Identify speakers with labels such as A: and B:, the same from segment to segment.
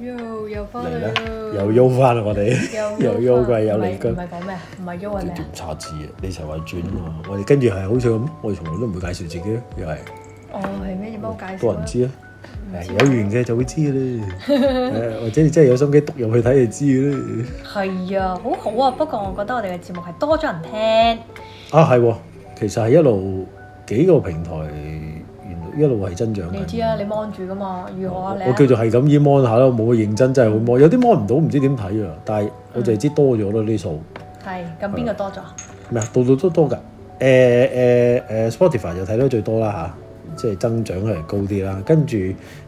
A: Yo，又翻
B: 嚟
A: 嚟
B: 咧
A: 啦，
B: 又喐翻啦！我哋又
A: 哎又
B: 休貴又離居
A: 唔係講咩？唔係 U 啊咩？
B: 點查字啊？你成日話轉啊嘛！我哋跟住係好似咁，我哋從來都唔會介紹自己咯，又係
A: 哦，係咩？你幫我介紹
B: 多人
A: 啊
B: 知啊！誒有緣嘅就會知啦， 誒或者你真係有心機讀入去睇就知
A: 係啊，好好啊。不過我覺得我哋嘅節目係多咗人聽，
B: 啦。啊係喎，其實係一路幾個平台原來一路係增長緊。
A: 你知啊，你 ờ, mon 住噶嘛？如何啊
B: 我
A: 你
B: 我
A: 啊？
B: 叫做係咁依 mon 下啦，我冇個認真真係好 mon，有啲 mon 唔到唔知點睇啊！但係我就係知多咗咯呢數。
A: 係咁邊個多咗？
B: 咩啊？度度都多㗎。誒誒誒，Spotify 就睇得最多啦嚇，即係增長係高啲啦。跟住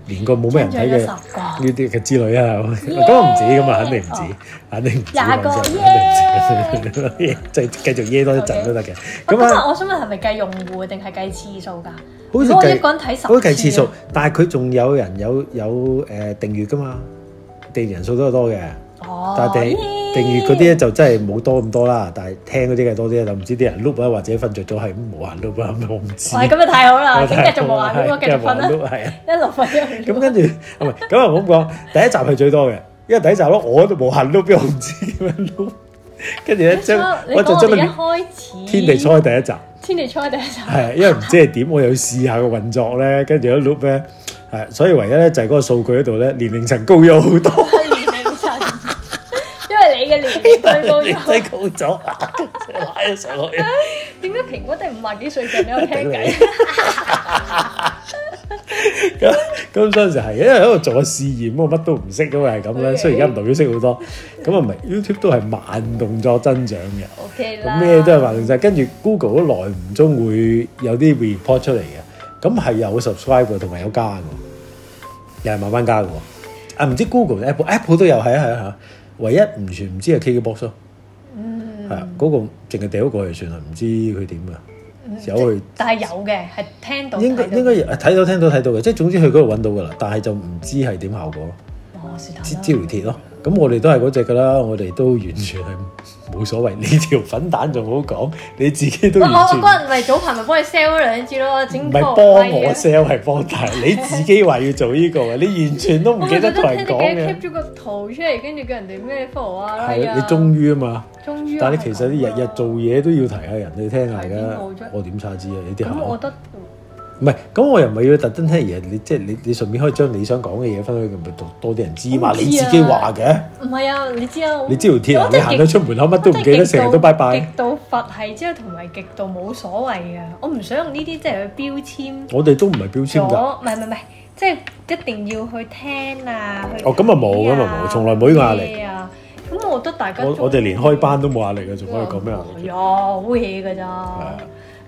B: 連個冇咩人
A: 增
B: 睇
A: 長咗
B: 嘅
A: 十個
B: 呢啲嘅之類啊，咁唔止㗎嘛，肯定唔止
A: 哦，
B: 肯定唔止，
A: 廿個
B: 肯定唔止， 即係繼續耶多一陣都得嘅。咁
A: 咁啊，
B: 啊，
A: 我想問係咪計用戶定係計次數㗎？
B: 好似
A: 如果我
B: 計
A: 一個人睇十，啊
B: 好似計次數，。但係佢仲有人有有誒訂閱㗎嘛，訂閱人數都有多嘅。
A: 哦，
B: 但係訂訂閱嗰啲咧就真係冇多咁多啦，但係聽嗰啲梗係多啲啦，就唔知啲人碌啊或者瞓着咗係咁無限碌啊，咁我唔知。
A: 喂，咁就太好啦，
B: 我
A: 咁
B: 睇
A: 繼續冇玩咁我繼續瞓啦
B: 係，係啊，
A: 一路瞓一路
B: 咁跟住唔係咁啊，唔好咁講，第一集係最多嘅，因為第一集咯，我都無限碌，我唔知點樣碌。跟住咧
A: 你
B: 將
A: 講
B: 我
A: 我
B: 就
A: 哋
B: 將
A: 一
B: 佢
A: 開始
B: 天地初開第一集。
A: 天地初一第一集。
B: 係，因為唔知係點，我又要試下個運作咧，跟住一碌咧，係，所以唯一咧就係嗰個數據嗰度咧，年齡層高咗好多。
A: 係年齡層，因為你嘅年齡最 高咗。
B: 高咗，拉咗上去。
A: 點解平均都係五廿幾歲嘅？你有聽
B: 頂你
A: 偈？
B: 咁咁嗰陣時係，因為喺度做個試驗，我乜都唔識咁嘛，係咁咧。雖然而家唔代表識好多，咁啊唔係 YouTube 都係慢動作增長嘅，
A: O K 啦，
B: 咁咩都係慢動作。跟住 Google 都耐唔中會有啲 report 出嚟嘅，咁係有 subscribe 嘅，同埋有加嘅，又係慢慢加嘅喎。啊，唔知 Google 定 Apple Apple 都有係啊係啊係啊，唯一唔全唔知係 KKBox 咯，係啊嗰個淨係掉過去算啦，唔知佢點啊，有佢。
A: 但係有嘅，係聽到
B: 應該
A: 睇到
B: 應該呃睇到聽到睇到嘅，即係總之去嗰度揾到㗎啦，但係就唔知係點效果咯，
A: 哦，是但
B: 即焦條鐵咯。咁我哋都係嗰只㗎啦，我哋都完全係冇所謂。你條粉蛋仲好講，你自己都
A: 我
B: 完
A: 我
B: 全
A: 嗰日咪早排咪幫你 sell 咗兩支咯，整
B: 唔
A: 個
B: 係幫我 sell 係幫大，你自己話要做呢個嘅，你完全都唔
A: 啊我
B: 記
A: 咪
B: 得
A: 特
B: 同
A: 登
B: 人
A: 聽
B: 講
A: 你嘅
B: 嘅
A: keep。住個圖出嚟，跟住叫人哋咩 follow 啊，
B: 係
A: 啊
B: 啊，你終於啊嘛，
A: 終於啊，
B: 但係你其實你日日做嘢都要提下人哋聽下
A: 係邊個啫
B: 㗎。我點差知啊？你啲
A: 咁，我覺
B: 客
A: 得
B: 唔係，咁我又唔係要特登聽嘢，你即係你你順便可以將你想講嘅嘢分享，咪多多啲人知嘛？
A: 我唔知
B: 你
A: 啊
B: 自己話嘅。
A: 唔係啊，你知啊，我
B: 你知條鐵啊！
A: 我
B: 你
A: 真係
B: 行
A: 極
B: 到出門口乜都
A: 真
B: 唔記得，
A: 係極
B: 成
A: 度
B: 日都拜拜
A: 極。度佛系之後，同埋極度冇所謂嘅。我唔想用呢啲即係去標籤
B: 我哋都唔係標籤
A: 咗，
B: 㗎。
A: 唔係唔係唔係，即係一定要去聽啊。去
B: 哦咁啊冇
A: 睇啊
B: 咁啊冇從來冇呢個壓力
A: 咩啊。咁我覺得大家
B: 我
A: 中
B: 我哋連開班都冇壓力嘅，仲可以講咩壓力
A: 係啊，好嘢㗎咋
B: 啊！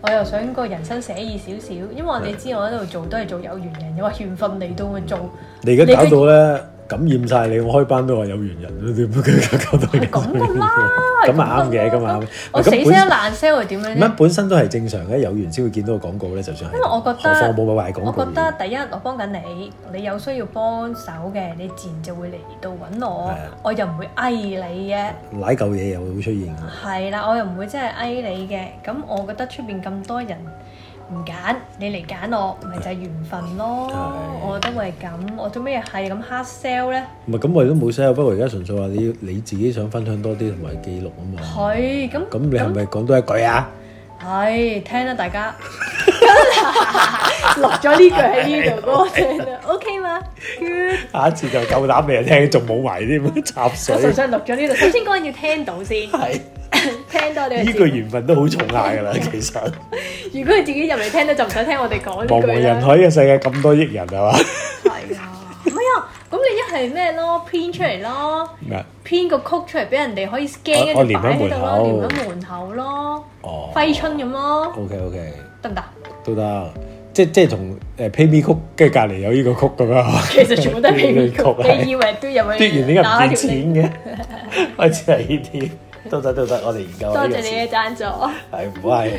A: 我又想個人生寫意少少，因為你知我喺度做都係做有緣人，有話緣分嚟到會做，
B: 啫？你而家搞到咧感染晒你，我開班都話有緣人，點搞到
A: 係咁㗎啦。
B: 咁啊啱嘅，咁啊啱。
A: 我死
B: 咁
A: sell
B: 本
A: 爛 sell 會點樣
B: 乜
A: 咧？
B: 本身都係正常嘅，有緣先會見到個廣告咧，就算係。
A: 因為我覺得
B: 何況冇買壞廣
A: 我
B: 告
A: 覺得
B: 嘅。
A: 第一，我幫緊你，你有需要幫手嘅，你自然就會嚟到揾
B: 係
A: 我
B: 啊，
A: 我又唔會翳你嘅，
B: 奶舊嘢又會出現㗎。
A: 係啦，我又唔會真係翳你嘅。咁我覺得出邊咁多人唔揀，你嚟揀我，咪就係緣分咯。
B: 係
A: 我覺得會係咁，我做咩係咁 hard sell 咧？
B: 唔係咁，我哋都冇 sell，不過而家純粹話你你自己想分享多啲同埋記錄啊嘛。
A: 係咁
B: 咁你係咪講多一句啊？
A: 係聽啦，大家落咗呢句喺呢度嗰個聲啦，OK 嘛？Good。
B: 下一次就夠膽俾人聽，仲冇埋添， 插水
A: 我。純粹錄咗呢度，首先嗰個人要聽到 先，
B: 係
A: 聽到我哋嘅
B: 呢
A: 節目
B: 句緣分都好重下㗎啦，其實
A: 如果佢自己入嚟聽咧，就唔想聽我哋講呢
B: 茫
A: 句
B: 茫
A: 啦
B: 人。海嘅世界咁多億人係嘛？
A: 係啊，唔係啊，咁你一係咩咯？編出嚟咯，
B: 咩？
A: 編個曲出嚟俾人哋可以 scan
B: 我
A: 跟住
B: 我啊連
A: 擺
B: 喺
A: 喺度咯，
B: 門口
A: 連喺門口咯，
B: 哦
A: 揮春咁咯，
B: OK OK
A: 得唔得？
B: 都得，即即係同誒 PayMe 曲跟住隔離有呢個曲咁樣。
A: 其實全部都係 片面曲，
B: 係
A: 你以為都入
B: 嘟完點
A: 去打
B: 解唔
A: 條
B: 見
A: 線？
B: 錢嘅？開 始係呢啲，都得都得，我哋研究
A: 多
B: 下呢
A: 謝
B: 個
A: 你
B: 先。
A: 嘅贊助。
B: 係唔 好係，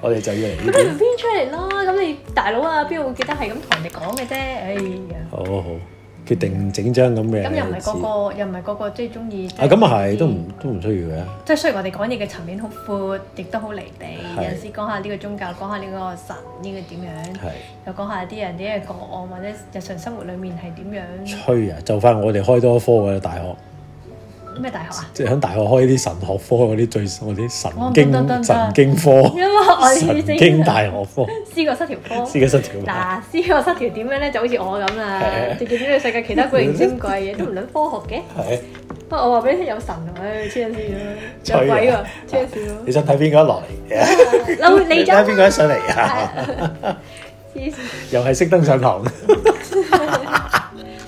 B: 我哋就要嚟呢
A: 咁你唔
B: 啲。
A: 編出嚟啦，咁你大佬啊，邊個會記得係咁同人哋講嘅啫？哎呀，
B: 好好，決定整張咁嘅
A: 咁又唔係個嗯
B: 紙
A: 個，又唔係個個即係中意。
B: 啊，咁啊係，都唔都唔需要嘅。
A: 即係雖然我哋講嘢嘅層面好闊，亦都好離地，有
B: 係
A: 陣時講下呢個宗教，講下呢個神呢個點樣，
B: 係
A: 又講下啲人啲嘅個案或者日常生活裡面係點樣。
B: 吹啊！就快我哋開多科嘅大學，
A: 咩大學啊？
B: 即係喺大學開啲神學科嗰啲最我啲
A: 哦
B: 神
A: 唔得唔得唔
B: 經
A: 得
B: 神經科
A: 因、為我哋
B: 神經大學 科，
A: 思覺失調科。
B: 思嘅失調。
A: 嗱，思覺失調點樣咧？就好似我咁啦
B: 係，
A: 就見到呢個世界其他古靈精怪嘢都唔撚科學嘅。
B: 係
A: 不過我話俾你聽有神啊，唉，黐人線啦，
B: 吹
A: 有
B: 啊
A: 鬼喎，黐人線
B: 你想睇邊個一落嚟？
A: 喎，嬲你
B: 你睇邊
A: 咗，
B: 個一 上嚟啊？
A: 黐線。
B: 又係熄燈上堂，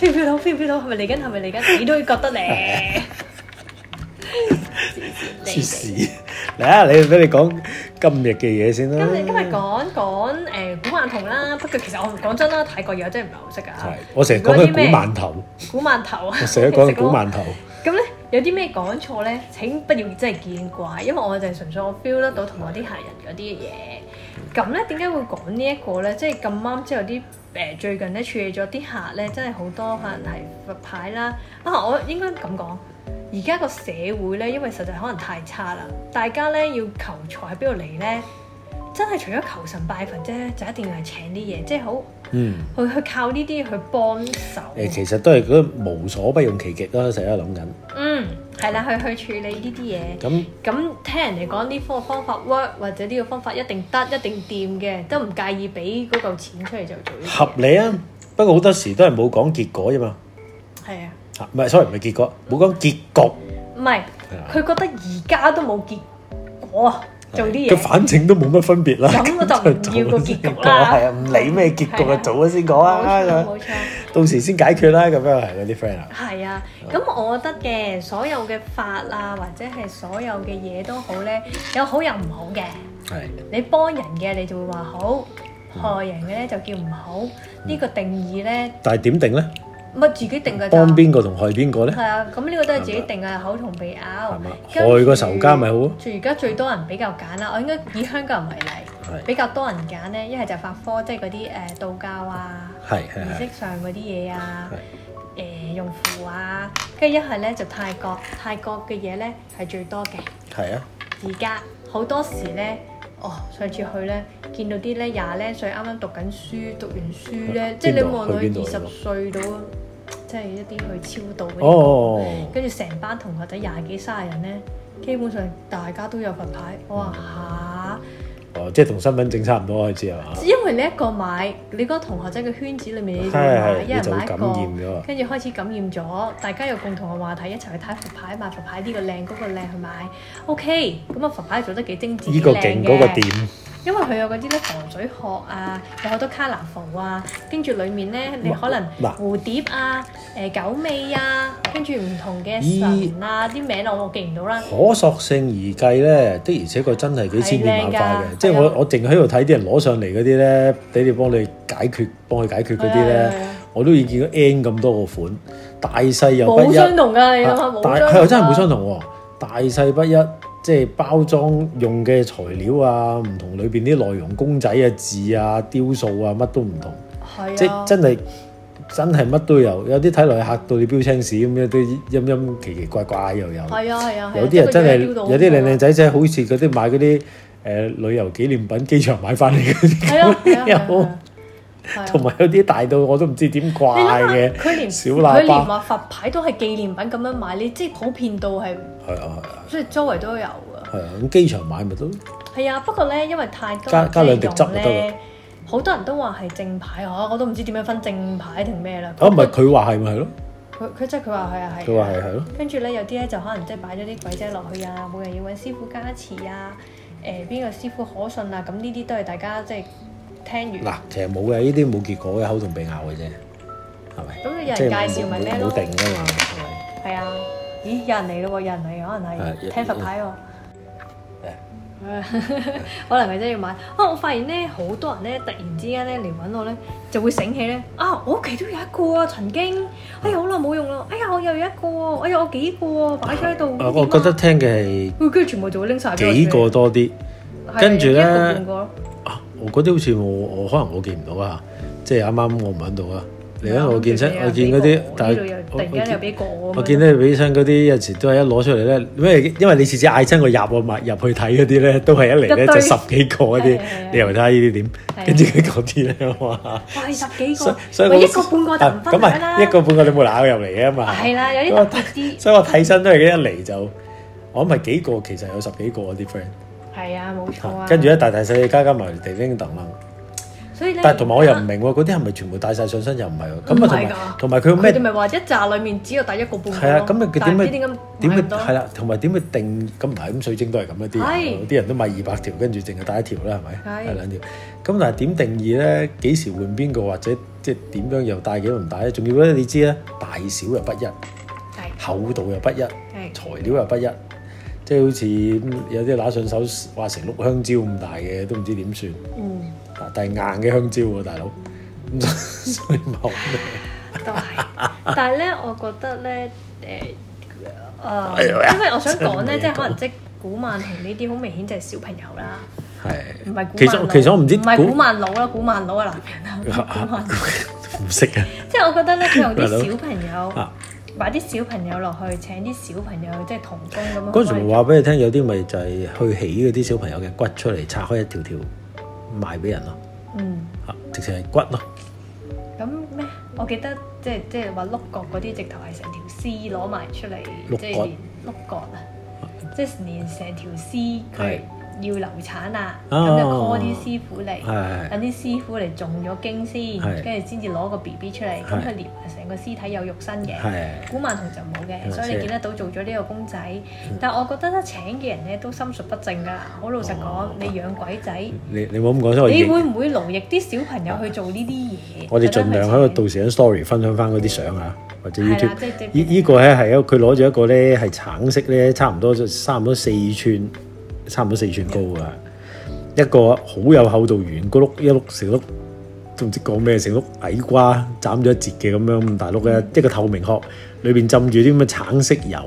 A: feel 唔 feel 到？feel 唔 feel 到？係咪嚟緊？係咪嚟緊？你都會覺得 咧，
B: 黐屎！嚟啊！你俾你講今日嘅嘢先
A: 今
B: 啦。
A: 日今日講講誒古曼童啦，不過其實我講真啦，泰國嘢我真係唔係好識啊
B: 係。我成日
A: 如
B: 講緊
A: 果啲咩
B: 古饅頭，
A: 古曼頭 啊，
B: 我成日 講緊古
A: 曼。
B: 饅頭。
A: 咁咧有啲咩講錯咧？請不要真係見怪，因為我就係純粹我 feel 得到同我啲客人嗰啲嘢。咁咧點解會講呢一個咧？即係咁啱之後啲誒、呃最近咧處理咗啲客咧，真係好多可能係佛牌啦。啊，我應該咁講。而家個社會咧，因為實在可能太差啦，大家咧要求財喺邊度嚟咧？真係除咗求神拜佛啫，就一定要係請啲嘢，即係好
B: 嗯。
A: 去去靠呢啲去幫手。
B: 誒，其實都係嗰啲無所不用其極啦，成日都諗緊。
A: 嗯，係啦，去去處理呢啲嘢。
B: 咁
A: 咁聽人哋講呢科方法 work 或者呢個方法一定得一定掂嘅，都唔介意俾嗰嚿錢出嚟就做呢啲嘢。
B: 合理啊，不過好多時都係冇講結果啫嘛。
A: 係啊，
B: 嚇，唔係，sorry，唔係結果，冇講結局。
A: 唔係佢覺得而家都冇結果啊，做啲
B: 佢
A: 嘢。
B: 反正都冇乜分別啦。
A: 咁我就唔要個結局啦
B: 係啊，唔理咩結局
A: 係
B: 啊
A: 啊，
B: 早咗先講啊，
A: 冇錯
B: 咁
A: 冇錯，
B: 到時先解決啦，咁樣係嗰啲 friend 啊。
A: 係啊。咁我覺得嘅所有嘅法啊，或者係所有嘅嘢都好咧，有好有唔好嘅。
B: 係
A: 你幫人嘅你就會話好，
B: 嗯
A: 害人嘅咧就叫唔好。呢個定義咧，
B: 但係點定咧？
A: 咪自己定㗎咋。
B: 幫邊個同害邊個咧？
A: 係啊，咁呢個都係自己定嘅口同鼻拗。
B: 係嘛？
A: 跟住
B: 害個仇家咪好咯。
A: 最而家最多人比較揀啦，我應該以香港人為例，
B: 係
A: 比較多人揀咧，一係就法科，即係嗰啲誒道教啊、
B: 係係
A: 儀
B: 係
A: 式上嗰啲嘢啊，誒用符啊，跟住一係咧就泰國，泰國嘅嘢咧係最多嘅。
B: 係啊！
A: 而家好多時咧，哦，上次去咧，見到啲咧廿零歲啱啱讀緊書，讀完書咧，即係你
B: 邊度
A: 望到
B: 去邊度
A: 二
B: 去
A: 十歲到，即係一啲去超度嗰啲
B: 哦，
A: 跟住成班同學仔廿幾卅人咧，基本上大家都有佛牌。我話
B: 哦，即係同身份證差唔多開始啊係嘛
A: 嚇，？因為你一個買，你嗰個同學仔嘅圈子裏面，你就會
B: 係
A: 買，
B: 係，
A: 一
B: 你
A: 人
B: 就會
A: 買一
B: 感
A: 個，
B: 染咗啊。
A: 跟住開始感染咗，大家有共同嘅話題，一齊去睇佛牌，買佛牌呢、個靚，嗰、個靚去買。OK，咁啊佛牌做得幾精緻，
B: 呢
A: 幾
B: 個
A: 靚嘅。
B: 勁，嗰個點。
A: 因為佢有嗰啲咧防水殼啊，有好多卡拿符啊，跟住裡面咧你可能
B: 嗱
A: 蝴蝶啊、誒、九尾啊，跟住唔同嘅
B: 咦
A: 神啊，啲名我我記唔到啦。
B: 可塑性而計咧，的而且確真係幾千變萬化
A: 係靚
B: 嘅。
A: 㗎
B: 即係
A: 係
B: 我
A: 啊
B: 我淨喺度睇啲人攞上嚟嗰啲咧，俾你幫你解決，幫佢解決嗰啲
A: 係啊係啊係
B: 咧
A: 啊，
B: 我都已見到 N 咁多個款，大細又不
A: 冇
B: 一，
A: 相同㗎，你諗下
B: 啊
A: 冇
B: 大
A: 相
B: 係
A: 同
B: 啊真係冇相
A: 同。
B: 同喎，大細不一，即係包裝用嘅材料啊，唔同裏邊啲內容，公仔啊、字啊、雕塑啊，乜都唔同，即
A: 係
B: 係
A: 啊，
B: 真係。真係乜都有，有啲睇落去嚇到你飆青屎咁樣，都陰陰奇奇怪怪又有。
A: 係啊係啊，係啊
B: 有啲人真係，
A: 即係個樣雕到啊
B: 有啲靚靚仔仔，好似嗰啲買嗰啲誒旅遊紀念品，機場買翻嚟嗰
A: 係 啊係啊
B: 啲，
A: 係
B: 有
A: 啊係啊，
B: 同埋有啲大到我都唔知點怪
A: 你
B: 嘅
A: 諗，下佢連
B: 小
A: 佢
B: 喇
A: 連
B: 叭，
A: 話佛牌都係紀念品咁樣買，你即係普遍到係，
B: 係啊係啊
A: 即係周圍都有㗎。
B: 係啊，咁機場買咪都
A: 係啊，不過咧，因為太多
B: 加
A: 人
B: 加兩滴汁就
A: 用
B: 得啦
A: 咧，好多人都話係正牌啊，我都唔知點樣分正牌定咩啦。
B: 啊唔係佢話係咪係咯？
A: 佢佢即係佢話係啊係。
B: 佢話係係咯，
A: 跟住咧，有啲咧就可能即係擺咗啲鬼仔落去啊，每人要揾師傅加持啊，誒、邊個師傅可信啊，咁呢啲都係大家即係聽完。
B: 嗱其實冇嘅，呢啲冇結果嘅，口同鼻拗嘅啫，係咪？
A: 咁你有人
B: 即係
A: 介紹咪
B: 冇
A: 咩
B: 冇
A: 咯？
B: 定㗎嘛，係咪？
A: 係啊，咦，有人嚟咯喎，有人嚟，可能
B: 係
A: 係聽佛牌喎。
B: 誒
A: 可能佢真係要買啊！我發現咧，好多人咧，突然之間咧嚟揾我咧，就會醒起咧啊！我屋企都有一個啊，曾經，哎呀好耐冇用啦，哎呀我又有一個喎，哎呀我幾個喎，擺咗喺度，
B: 啊我覺得聽嘅
A: 會跟住全部就會拎晒
B: 係幾個多啲。跟住呢
A: 半個咯，
B: 啊！我嗰啲好似我我可能我記唔到啊，即係啱啱我唔喺度啊。誒、嚟緊我見親，我見嗰啲，但
A: 呢度
B: 係
A: 又突
B: 我我
A: 然間又
B: 見
A: 俾個咁樣
B: 我見到你俾親嗰啲，有時都係一攞出嚟咧，因為因為你次次嗌親我入我埋入去睇嗰啲咧，都係一嚟咧
A: 一堆
B: 就十幾個嗰
A: 係係
B: 啲
A: 係，
B: 你又睇下呢啲點
A: 係啊，
B: 跟住佢嗰啲咧，哇！
A: 喂十幾
B: 所以
A: 個，
B: 所以
A: 喂
B: 我啊
A: 一個半個就唔分
B: 咁
A: 享啦。
B: 咪一個半個你冇揦入嚟嘅啊嘛，
A: 係啦，有
B: 咁我
A: 啲特別啲。
B: 所以我睇親都係一嚟就我諗係幾個，其實有十幾個嗰啲 friend，
A: 係啊，冇錯啊。
B: 跟住咧大大細細加加埋嚟叮叮噹啷。
A: 所以啊咧，
B: 但係同埋我又唔
A: 而家
B: 明喎，嗰啲係咪全部帶晒上身又唔係喎？
A: 唔
B: 咁
A: 係
B: 啊同埋
A: 㗎
B: 同埋佢有
A: 佢哋
B: 咩
A: 咪話一紮裡面只有帶一個半個咯。
B: 係啊？咁啊佢
A: 但係
B: 點
A: 唔
B: 解
A: 知點解
B: 點
A: 買
B: 解
A: 咁多
B: 係啦？同埋點解定咁唔係咁水晶都係咁一啲人
A: 係
B: 喎，啲人都買二百條，跟住淨係帶一條啦，係咪？
A: 係
B: 係兩條。咁但係點定義咧？幾時換邊個或者即係點樣又帶幾多唔帶咧？仲要咧你知咧，大小又不一，
A: 係
B: 厚度又不一，
A: 係
B: 材料又不一。即係好似嗯有啲拿上手話成碌香蕉咁大嘅，都唔知點算。
A: 嗯
B: 啊但係硬嘅香蕉喎，大佬。咁所所以冇。
A: 都係。 但係咧，我覺得咧誒
B: 哎
A: 啊，因為我想講咧，即係可能即係古曼童呢啲好明顯就係小朋友啦，唔係
B: 係，
A: 古
B: 其
A: 曼
B: 實
A: 佬
B: 其實我唔知
A: 唔係
B: 估
A: 古曼佬啦，古曼佬嘅男人啦， 古曼佬
B: 唔識 啊，
A: 即係我覺得咧，佢用
B: 大佬
A: 啲小朋友
B: 啊
A: 擺啲小朋友落去，請啲小朋友即係童工咁樣。
B: 嗰陣時啊咪話俾你聽，有啲咪就係去起嗰啲小朋友嘅骨出嚟，拆開一條條賣俾人咯，
A: 嗯，
B: 嚇，直情係骨咯，
A: 咁咩？我記得即係即係話碌角嗰啲，直頭係成條絲攞埋出嚟，
B: 碌
A: 即係
B: 角
A: 連碌角啊，即係連成條絲佢
B: 係
A: 要流產啦，
B: 啊
A: 咁就 call 啲師傅嚟。
B: 係係
A: 等啲師傅嚟種咗經先，
B: 係
A: 跟住先至攞個 B B 出嚟，咁
B: 係
A: 佢連埋成個屍體有肉身嘅。
B: 係
A: 古曼童就冇嘅，
B: 嗯
A: 所以你見得到做咗呢個公仔。但我覺得咧請嘅人咧都心術不正㗎啦。好老實講
B: 哦，
A: 你養鬼仔，
B: 你你冇咁講，所
A: 你
B: 以我
A: 會唔會勞役啲小朋友去做呢啲嘢？
B: 我哋
A: 覺得
B: 盡
A: 係
B: 量喺度到時喺 story 分享翻嗰啲相啊，或者
A: 嗯係啦
B: YouTube
A: 即係即係。
B: 依依個咧係一個佢攞住一個咧係橙色咧，差唔多差唔多四寸，差唔多四寸高啊！一個好有厚度圓咕碌一碌成碌，都唔知講咩成碌矮瓜斬咗一截嘅咁樣咁大碌咧，
A: 嗯
B: 一個透明殼裏邊浸住啲咁嘅橙色油，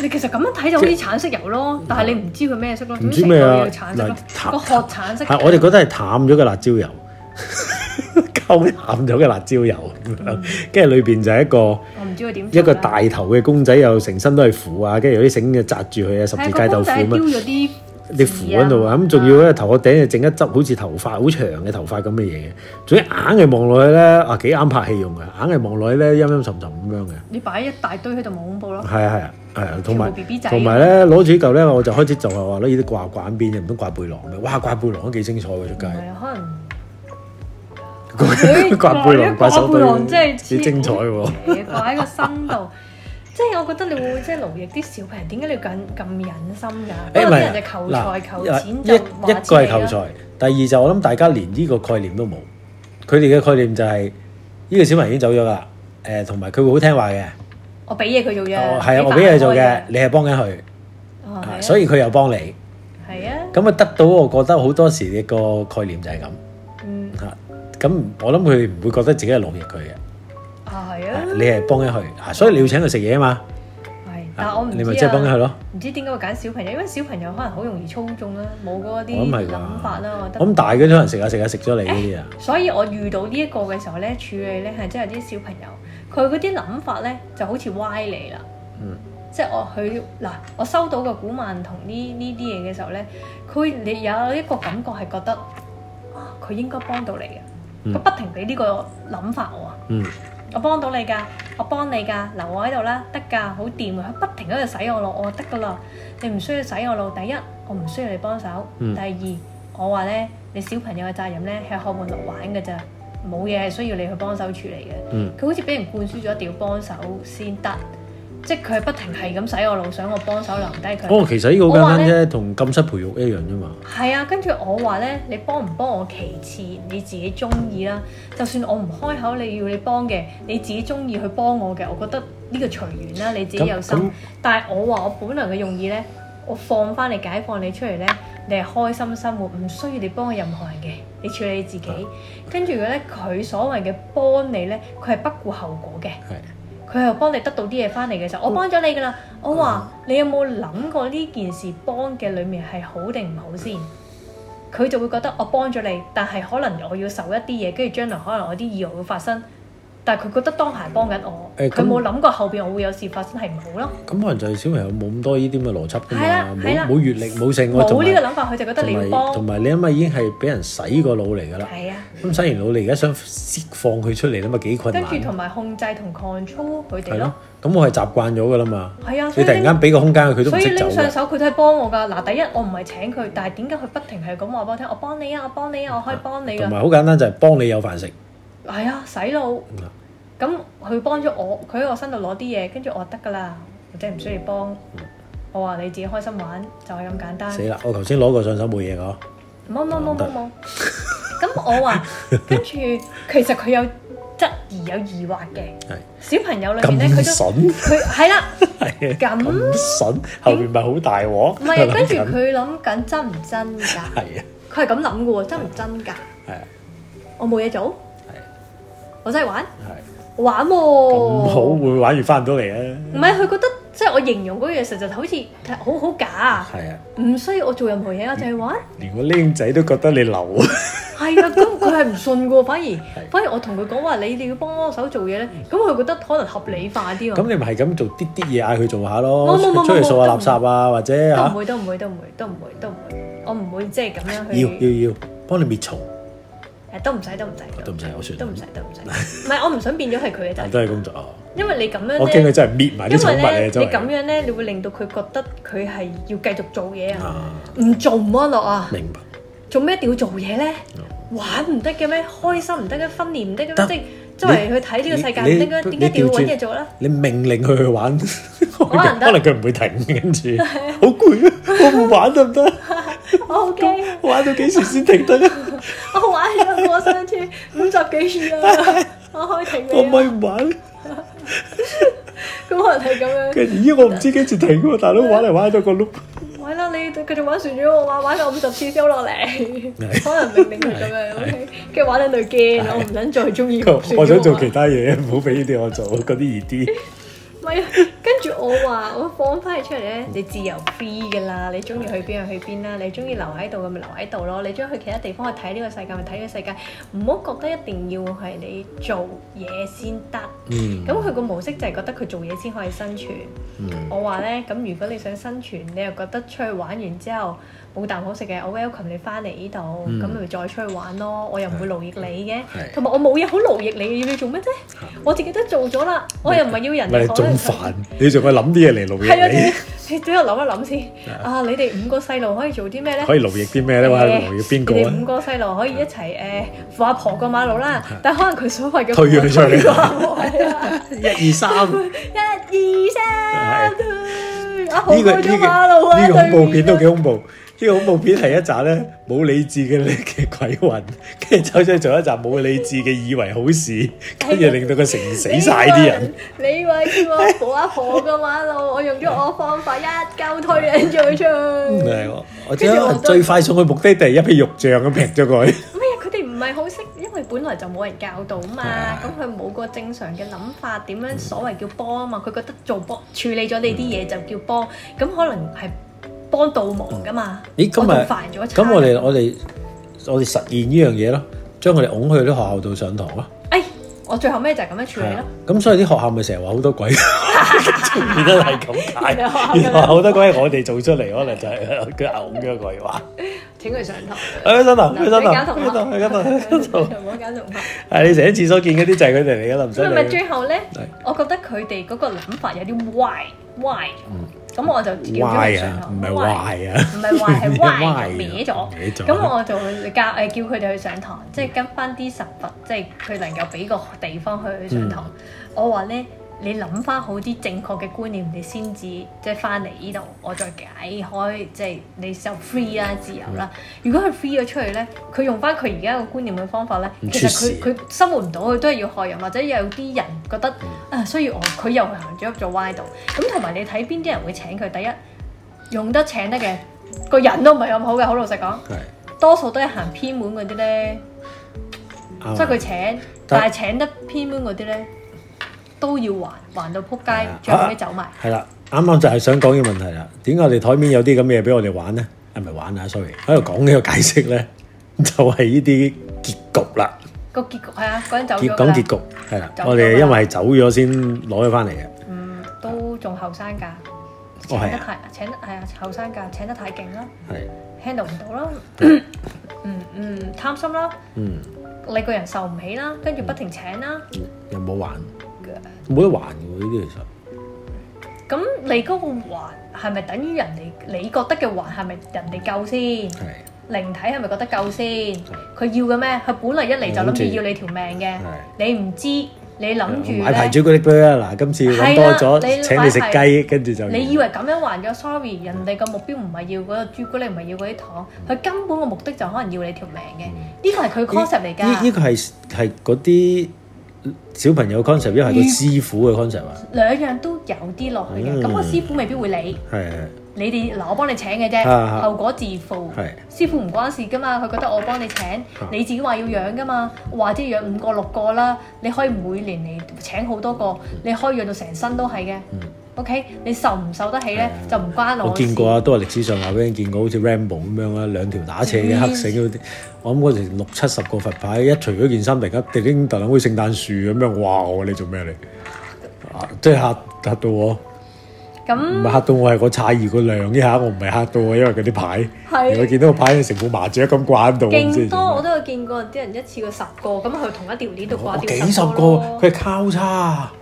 A: 你其實咁樣睇就好似橙色油咯，但係你唔知佢咩色咯，
B: 唔知咩啊
A: 總之成個嘢係橙色
B: 嗱
A: 咯，個殼橙色。
B: 係我哋覺得係淡咗嘅辣椒油， 溝淡咗嘅辣椒油咁樣，
A: 嗯
B: 跟住裏邊就係一個。
A: 我唔知佢點做
B: 一
A: 啦
B: 個大頭嘅公仔又成身都係符啊，跟住有啲繩嘅紮住佢啊，十字街豆腐
A: 係個公仔丟
B: 咁樣
A: 咗啲
B: 啲符喺度啊，咁仲要咧頭殼頂就整一執好似頭髮好長嘅頭髮咁嘅嘢嘅，總之硬係望落去咧啊幾啱拍戲用嘅，硬係望落去咧陰陰沉沉咁樣嘅，
A: 你擺一大堆喺度冇恐怖咯。
B: 係啊係啊係啊，同埋
A: 全部 BB 仔
B: 同埋咧攞住呢嚿咧，我就開始就係話攞呢啲掛掛邊嘅，唔通掛背囊咩？哇掛背囊都幾精彩喎 出
A: 唔
B: 街，
A: 係可能佢
B: 掛背囊掛手
A: 背囊真
B: 袋
A: 係
B: 幾精彩喎！
A: 嘢掛喺個身度。 即係我覺得你會即係勞役啲小朋友，點解你要咁咁忍心㗎？不過
B: 哎誒唔
A: 啲人
B: 係
A: 就求
B: 嗱
A: 財求錢
B: 一
A: 就話啊
B: 一個係求財，第二就我諗大家連呢個概念都冇。佢哋嘅概念就係、呢、個小朋友已經走咗啦，誒同埋佢會好聽話嘅，
A: 我俾嘢佢做啫，
B: 我係啊，我俾嘢做嘅
A: 飯，
B: 你係幫緊佢，
A: 哦佢開
B: 啊
A: 嘅，
B: 所
A: 以
B: 以佢又幫你，
A: 係啊，
B: 咁啊得到我覺得好多時嘅個概念就係咁
A: 嗯
B: 嚇。咁我諗佢哋唔會覺得自己係勞役佢嘅，
A: 啊係
B: 啊
A: 啊，
B: 你係幫緊佢，啊所以你要請佢食嘢啊嘛，
A: 係，但係我
B: 啊
A: 唔知啊
B: 你咪即係幫緊佢咯。
A: 唔知點解會揀小朋友，因為小朋友可能好容易操縱啦，冇嗰
B: 我
A: 啲
B: 諗係㗎
A: 諗法啦，我覺
B: 咁
A: 得。
B: 大嘅可能食下食下食咗你嗰啲啊，
A: 所以我遇到呢一個嘅時候咧，處理咧係真係有啲小朋友，佢嗰啲諗法咧就好似歪你啦。
B: 嗯。
A: 即係我佢嗱，我收到個古曼童呢呢啲嘢嘅時候咧，佢你有一個感覺係覺得啊，佢應該幫到你嘅，
B: 嗯
A: 佢、不停俾呢個諗法我啊。
B: 嗯，
A: 我幫到你㗎，我幫你㗎，留我喺度啦，得㗎，好掂㗎，佢不停喺度洗我腦，我話得㗎啦，你唔需要洗我腦。第一，我唔需要你幫手；
B: 嗯
A: 第二，我話咧，你小朋友嘅責任咧係學玩樂玩㗎咋，冇嘢係需要你去幫手處理嘅。
B: 嗯
A: 佢好似俾人灌輸咗一定要幫手先得，即係佢係不停係咁洗我腦，想我幫手留低佢。
B: 哦其實呢個好
A: 我話
B: 簡單
A: 呢
B: 啫，同禁室培育一樣啫嘛。
A: 係啊，跟住我話咧，你幫唔幫我其次，你自己中意啦。就算我唔開口，你要你幫嘅，你自己中意去幫我嘅，我覺得呢個隨緣啦，你自己有
B: 咁
A: 心。但係我話我本來嘅用意咧，我放翻你解放你出嚟咧，你係開心生活，唔需要你幫任何人嘅，你處理你自
B: 啊
A: 己。跟住佢咧，佢所謂嘅幫你咧，佢係不顧後果嘅。
B: 係。哦
A: 佢又幫你得到啲嘢翻嚟嘅時候，我幫咗你㗎啦。我話
B: 啊
A: 你有冇諗過呢件事幫嘅裡面係好定唔好先？佢就會覺得我幫咗你，但係可能我要受一啲嘢，跟住將來可能我啲意外會發生，但係佢覺得當下係幫緊我，
B: 誒
A: 佢
B: 咁
A: 冇諗過後邊我會有事發生係唔好咯。
B: 咁可能就係小朋友冇咁多呢啲咁嘅邏輯㗎
A: 係啦
B: 嘛，
A: 係啦
B: 冇冇閲歷冇性喎，
A: 冇
B: 同
A: 呢
B: 埋
A: 個諗法，佢就覺得
B: 同
A: 你要
B: 埋同
A: 幫。
B: 埋你諗下已經係俾人洗過腦嚟㗎啦。
A: 係啊，
B: 咁洗完腦，你而家想釋放佢出嚟啦嘛，幾困
A: 跟
B: 難。
A: 住同埋控制同 control 佢哋
B: 係
A: 咯
B: 咯。，咁我係習慣咗㗎啦嘛。
A: 係啊，所
B: 你
A: 以
B: 突然
A: 拎
B: 間俾個空間佢，佢都唔
A: 所以
B: 識走啊
A: 拎上
B: 㗎。
A: 手佢都係幫我㗎。嗱，第一我唔係請佢，但係點解佢不停係咁話俾我聽？我幫你啊，我幫你啊，我可以幫你
B: 同
A: 㗎。
B: 埋好簡單，就係幫你有飯食。
A: 係啊，洗腦。
B: 嗯
A: 咁佢幫咗我，佢喺我身度攞啲嘢，跟住我話得㗎啦，或者唔需要幫。我話你自己開心玩，就係咁簡單。
B: 死啦！我頭先攞個上手冇嘢㗎，
A: 冇冇冇冇冇。咁我話，跟住其實佢有質疑有疑惑嘅
B: 係，
A: 小朋友裏邊咧，
B: 咁
A: 佢都
B: 筍
A: 佢係 啦，
B: 係啊
A: 咁
B: 咁筍，後面咪好大鑊。
A: 唔係啊，跟住
B: 諗緊
A: 佢諗緊真唔真㗎？
B: 係啊
A: 佢係咁諗嘅喎，真唔真㗎？
B: 係啊
A: 我冇嘢做，
B: 係
A: 我真係玩，
B: 係。
A: 我玩
B: 咁好
A: 喎。
B: 會玩完翻唔到嚟啊！
A: 唔係佢覺得即係我形容嗰樣嘢，實在好似好好假啊！
B: 係啊，
A: 唔需要我做任何嘢，我就係玩。
B: 連個僆仔都覺得 你流。
A: 係 啊，咁佢係唔信嘅喎，反而反而我同佢講話，你哋要幫我手做嘢咧，咁佢覺得可能合理化啲
B: 咁
A: 喎。
B: 你咪係咁做啲啲嘢嗌佢做下咯，
A: 冇冇冇
B: 出去掃下
A: 冇
B: 垃圾啊，或者
A: 都唔
B: 嚇
A: 會，都唔會，都唔會，都唔會，都唔會，我唔會即係咁樣
B: 要要
A: 去。
B: 要幫你滅蟲，
A: 誒，都唔使，都唔使，
B: 都唔使我算啦
A: 都唔使，都唔使。唔係，我唔想變咗係佢嘅
B: 但
A: 責
B: 都
A: 任，
B: 係工作啊！
A: 因為你咁
B: 我
A: 樣
B: 驚佢
A: 咧，
B: 真係滅埋
A: 因
B: 啲
A: 為
B: 寵物
A: 咧
B: 啊！
A: 你
B: 真
A: 咁
B: 係
A: 樣咧，你會令到佢覺得佢係要繼續做嘢啊，
B: 啊，
A: 唔做唔安樂啊，
B: 明白。
A: 做咩一定要做嘢咧
B: 嗯？
A: 玩唔得嘅咩？開心唔得嘅，分裂唔得嘅咩？
B: 得
A: 即係周圍去睇呢個世界唔
B: 你
A: 得嘅咩，
B: 你
A: 點解一定要
B: 你
A: 揾
B: 調轉
A: 嘢做咧？
B: 你命令佢去 玩， 可
A: 能得
B: 能佢唔會停， 跟住好攰啊！我唔玩得唔得？
A: 我好驚哦啊，
B: 我玩到幾時先 停得啊？
A: 我玩咗過山車五十幾次 啊，我開停
B: 我
A: 嘅，
B: 唔係唔玩，
A: 咁可能係咁樣。
B: 跟住咦我唔知幾時停喎，大佬玩嚟玩去都個 碌。
A: 玩啦，你繼續玩船咗我玩玩到五十次收落嚟，
B: 係
A: 可能命令係咁樣，OK，跟住玩兩隊 game，我唔想再中意船
B: 我想做其
A: 其，
B: 他嘢，唔好俾呢啲我做，嗰啲易 E 啲。
A: 唔係啊，跟住我話我放翻佢出嚟咧，你自由 free 噶啦，你中意去邊就去邊啦，你中意留喺度嘅咪留喺度咯，你中意去其他地方去睇呢個世界咪睇呢個世界，唔好覺得一定要係你做嘢先得。
B: 嗯
A: 咁佢個模式就係覺得佢做嘢先可以生存。
B: 嗯
A: 我話咧，咁如果你想生存，你又覺得出去玩完之後冇啖好食嘅，我 welcome 你翻嚟呢度，
B: 嗯
A: 咁咪、再出去玩咯。我又唔會勞役你嘅，
B: 係
A: 同埋我冇嘢好勞役你，要你做乜啫？我自己都做咗啦，我又唔係要人
B: 咪你
A: 哋
B: 仲
A: 講
B: 煩，你仲係諗啲嘢嚟勞
A: 係啊，
B: 役
A: 你你都要諗一諗先。啊，你哋五個細路可以做啲咩
B: 你，
A: 咧？
B: 可以勞役啲咩咧？
A: 誒
B: 或者勞役邊個
A: 啊你哋五
B: 啊？
A: 個細路可以一齊誒扶阿婆過馬路啦，但可能佢所謂嘅
B: 推佢出去
A: 扶阿婆 係啊
B: 一 二三，呢
A: 一二三推
B: 係，
A: 阿
B: 個
A: 婆
B: 呢個
A: 過咗馬路啊！
B: 呢個恐怖片都幾
A: 對面啊
B: 恐怖。呢個恐怖片係一集咧冇理智嘅 嘅鬼魂，跟住走咗去做一集冇理智嘅以為好事，
A: 啊
B: 跟住令到佢成死晒啲人。。
A: 你話叫我扶阿婆過馬路，我用咗我方法一鳩推人咗出去。
B: 係我，我
A: 跟住我都
B: 將最快送去目的地一片肉醬咁劈咗佢。
A: 咩啊？佢哋唔係好識，因為本來就冇人教導嘛，咁佢冇個正常嘅諗法，點樣所謂叫幫啊嘛？佢覺得做幫處理咗你啲嘢就叫幫，咁可能係幫倒忙噶嘛。
B: 咦，今
A: 我
B: 日
A: 仲煩咗一餐
B: 咁我哋我哋我哋實現呢樣嘢咯，將佢哋拱去啲學校度上堂咯。
A: 哎，我最後尾就係咁樣處理
B: 係
A: 咯
B: 啊。，咁所以啲學校咪成日話好 多鬼，
A: 原來學校咁
B: 原來係咁解。
A: 樣
B: 原來好多鬼係我哋做出嚟，可能就係佢拱咗鬼話。
A: 請佢上堂。
B: 誒，真啊，
A: 嗱
B: 真啊，真
A: 你搞
B: 啊，
A: 同學
B: 真啊，真啊，真啊
A: 唔好搞同學。
B: 係你成日喺廁所見嗰啲就係佢哋嚟㗎啦，唔
A: 咁咪
B: 使理。
A: 最後咧
B: 係，
A: 我覺得佢哋嗰個諗法有啲歪歪。咁我就叫咗
B: 壞
A: 佢上
B: 嗯啊，
A: 堂。
B: 唔係壞啊，
A: 唔係壞 係歪
B: 歪啊
A: 歪咗。
B: 歪咗
A: 咁我就教誒叫佢哋去上堂，即
B: 嗯
A: 係跟翻啲實物，即係佢能夠俾個地方佢去上堂。
B: 嗯
A: 我話咧。你諗翻好啲正確嘅觀念，你先至即係翻嚟呢度，我再解開，即係你就 free 啦、自由啦。
B: 嗯
A: 如果佢 free 咗出去咧，佢用翻佢而家個觀念嘅方法咧，
B: 唔
A: 其實
B: 出事
A: 佢佢生活唔到，佢都係要害人，或者有啲人覺得
B: 嗯
A: 啊需要我，佢又行咗入咗歪度。咁同埋你睇邊啲人會請佢？第一用得請得嘅個人都唔係咁好嘅，好老實講，
B: 係
A: 多數都係行偏門嗰啲咧，
B: 啱
A: 所以佢
B: 啊。
A: 請，
B: 但
A: 但係請得偏門嗰啲咧都要還，還到撲街
B: 係啊，
A: 最後尾走埋。
B: 係啦，啱啱就係想講呢個問題啦。點解我哋台面有啲咁嘅嘢俾我哋玩啊咧？係咪玩啊？sorry，喺度講呢個解釋咧，就係呢啲結局啦。
A: 個結局係啊，嗰陣走
B: 結
A: 咗㗎
B: 講
A: 啦
B: 結局係啦，
A: 走咗㗎啦
B: 我哋因為係走咗先攞咗翻嚟嘅，
A: 嗯，都仲後生㗎，請
B: 哦係
A: 得
B: 啊，
A: 太請得係啊後生㗎，請得太勁啦
B: 係，
A: ，handle 唔到啦， 嗯嗯貪心啦，
B: 嗯，
A: 你個人受唔起啦，跟住不停請啦，
B: 又冇還，冇得還嘅喎呢啲其實。
A: 咁你嗰個還係咪等於人哋你覺得嘅還係咪人哋夠先？
B: 係
A: 靈體係咪覺得夠先？佢要嘅咩？佢本嚟一
B: 嗯
A: 嚟就諗住要你條命嘅，
B: 係。
A: 你唔知，你諗住
B: 買
A: 咧
B: 排。朱古力俾啦，嗱，今次揾多
A: 係啦
B: 咗，
A: 你
B: 請你食
A: 買
B: 雞，跟住就
A: 你以為咁樣還咗？Sorry，人哋個目標唔係要嗰個朱古力，唔係要嗰啲糖，佢根本個目的就可能要你條命嘅。
B: 嗯
A: 呢個係佢 concept 嚟
B: 呢呢
A: 㗎，
B: 個係係嗰啲小朋友 concept，一係個師傅嘅 concept 啊，
A: 兩樣都有啲落去嘅。咁個
B: 嗯
A: 師傅未必會理
B: 係係
A: 你哋，嗱我幫你請嘅啫
B: 啊啊，
A: 後果自負。
B: 係
A: 師傅唔關事㗎嘛，佢覺得我幫你請
B: 啊，
A: 你自己話要養㗎嘛，或者養五個六個啦，你可以每年嚟請好多個，你可以養到成身都係嘅。OK，你受唔受得起咧
B: 嗯係啊
A: 就唔關
B: 我
A: 我
B: 見
A: 事。
B: 過啊，都係歷史上話俾你見過，好似 Rambo 咁樣啦，兩條打斜
A: 嗯
B: 嘅黑繩嗰啲，我諗嗰時六七十個佛牌，一除咗件衫，突然間叮叮突然好似聖誕樹咁樣，哇！我話你做咩嚟？啊，即係嚇嚇到我，唔
A: 咁
B: 係嚇到我係我詫異個量一下，我唔係嚇到我，因為嗰啲牌，
A: 係
B: 我見到個牌成副麻雀咁掛喺度，我唔知
A: 勁
B: 係做
A: 多
B: 咩
A: 我都有見過啲人一次過十個，咁佢同一條鏈度
B: 我
A: 掛
B: 幾
A: 掉
B: 十
A: 個
B: 個，
A: 咯
B: 佢係交叉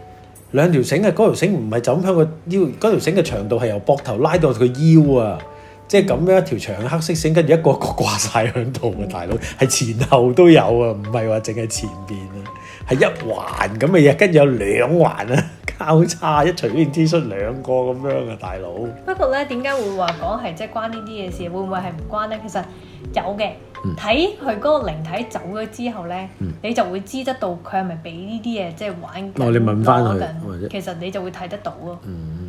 B: 兩條繩啊！嗰條繩唔係就咁向個腰，嗰條繩嘅長度係由膊頭拉到佢腰啊！即係咁樣一條長黑色繩，跟住一個一個掛晒喺度啊！大佬係前後都有啊，唔係話淨係前邊啊，係一環咁嘅嘢，跟住有兩環啊， 交叉一除呢件 T 恤兩個咁樣啊，大佬
A: 不過咧，點解會話講係即係關呢啲嘢事？會唔會係唔關咧？其實有嘅，
B: 嗯
A: 睇佢嗰個靈體走咗之後咧，你就會知得到佢係咪俾呢啲嘢即係玩緊。
B: 哦你問返佢
A: 攞緊
B: 或者
A: 其實你就會睇得到咯。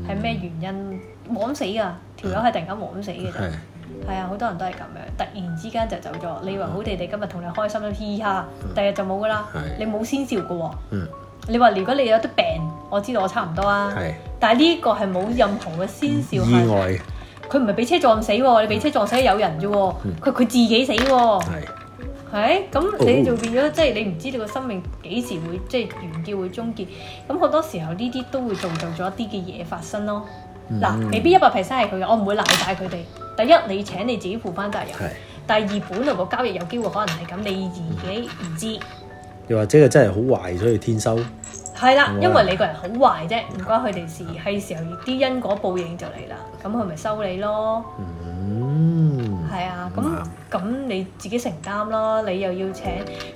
A: 係咩原因枉死㗎？條
B: 嗯
A: 友係突然間枉死嘅啫。係啊，好多人都係咁樣，突然之間就走咗。你以為好地地今日同你開心啦，嘻哈，第日就冇㗎啦
B: 嗯係。
A: 你冇先兆㗎喎。
B: 嗯
A: 你話如果你有啲病，我知道我差唔多啊。但係呢個係冇任何嘅先兆係
B: 意外
A: 佢唔係俾車撞死喎，你俾車撞死有人啫喎，佢佢自己死喎，
B: 係
A: 係咁你就變咗即係你唔知你個生命幾時會即係完結會終結，咁好多時候呢啲都會造就咗一啲嘅嘢發生咯。嗱、未必一百 percent 係佢嘅，我唔會賴晒佢哋。第一，你請你自己負翻責任；
B: 係。
A: 第二，本來個交易有機會可能係咁，你自己唔知。
B: 又或者佢真係好壞，所以天收。
A: 係啦
B: 好啊，
A: 因為你個人好壞啫，唔關佢哋事，係時候啲因果報應就嚟啦，咁佢咪收你咯。
B: 嗯，
A: 係啊，咁
B: 咁啊
A: 咁你自己承擔啦，你又要請。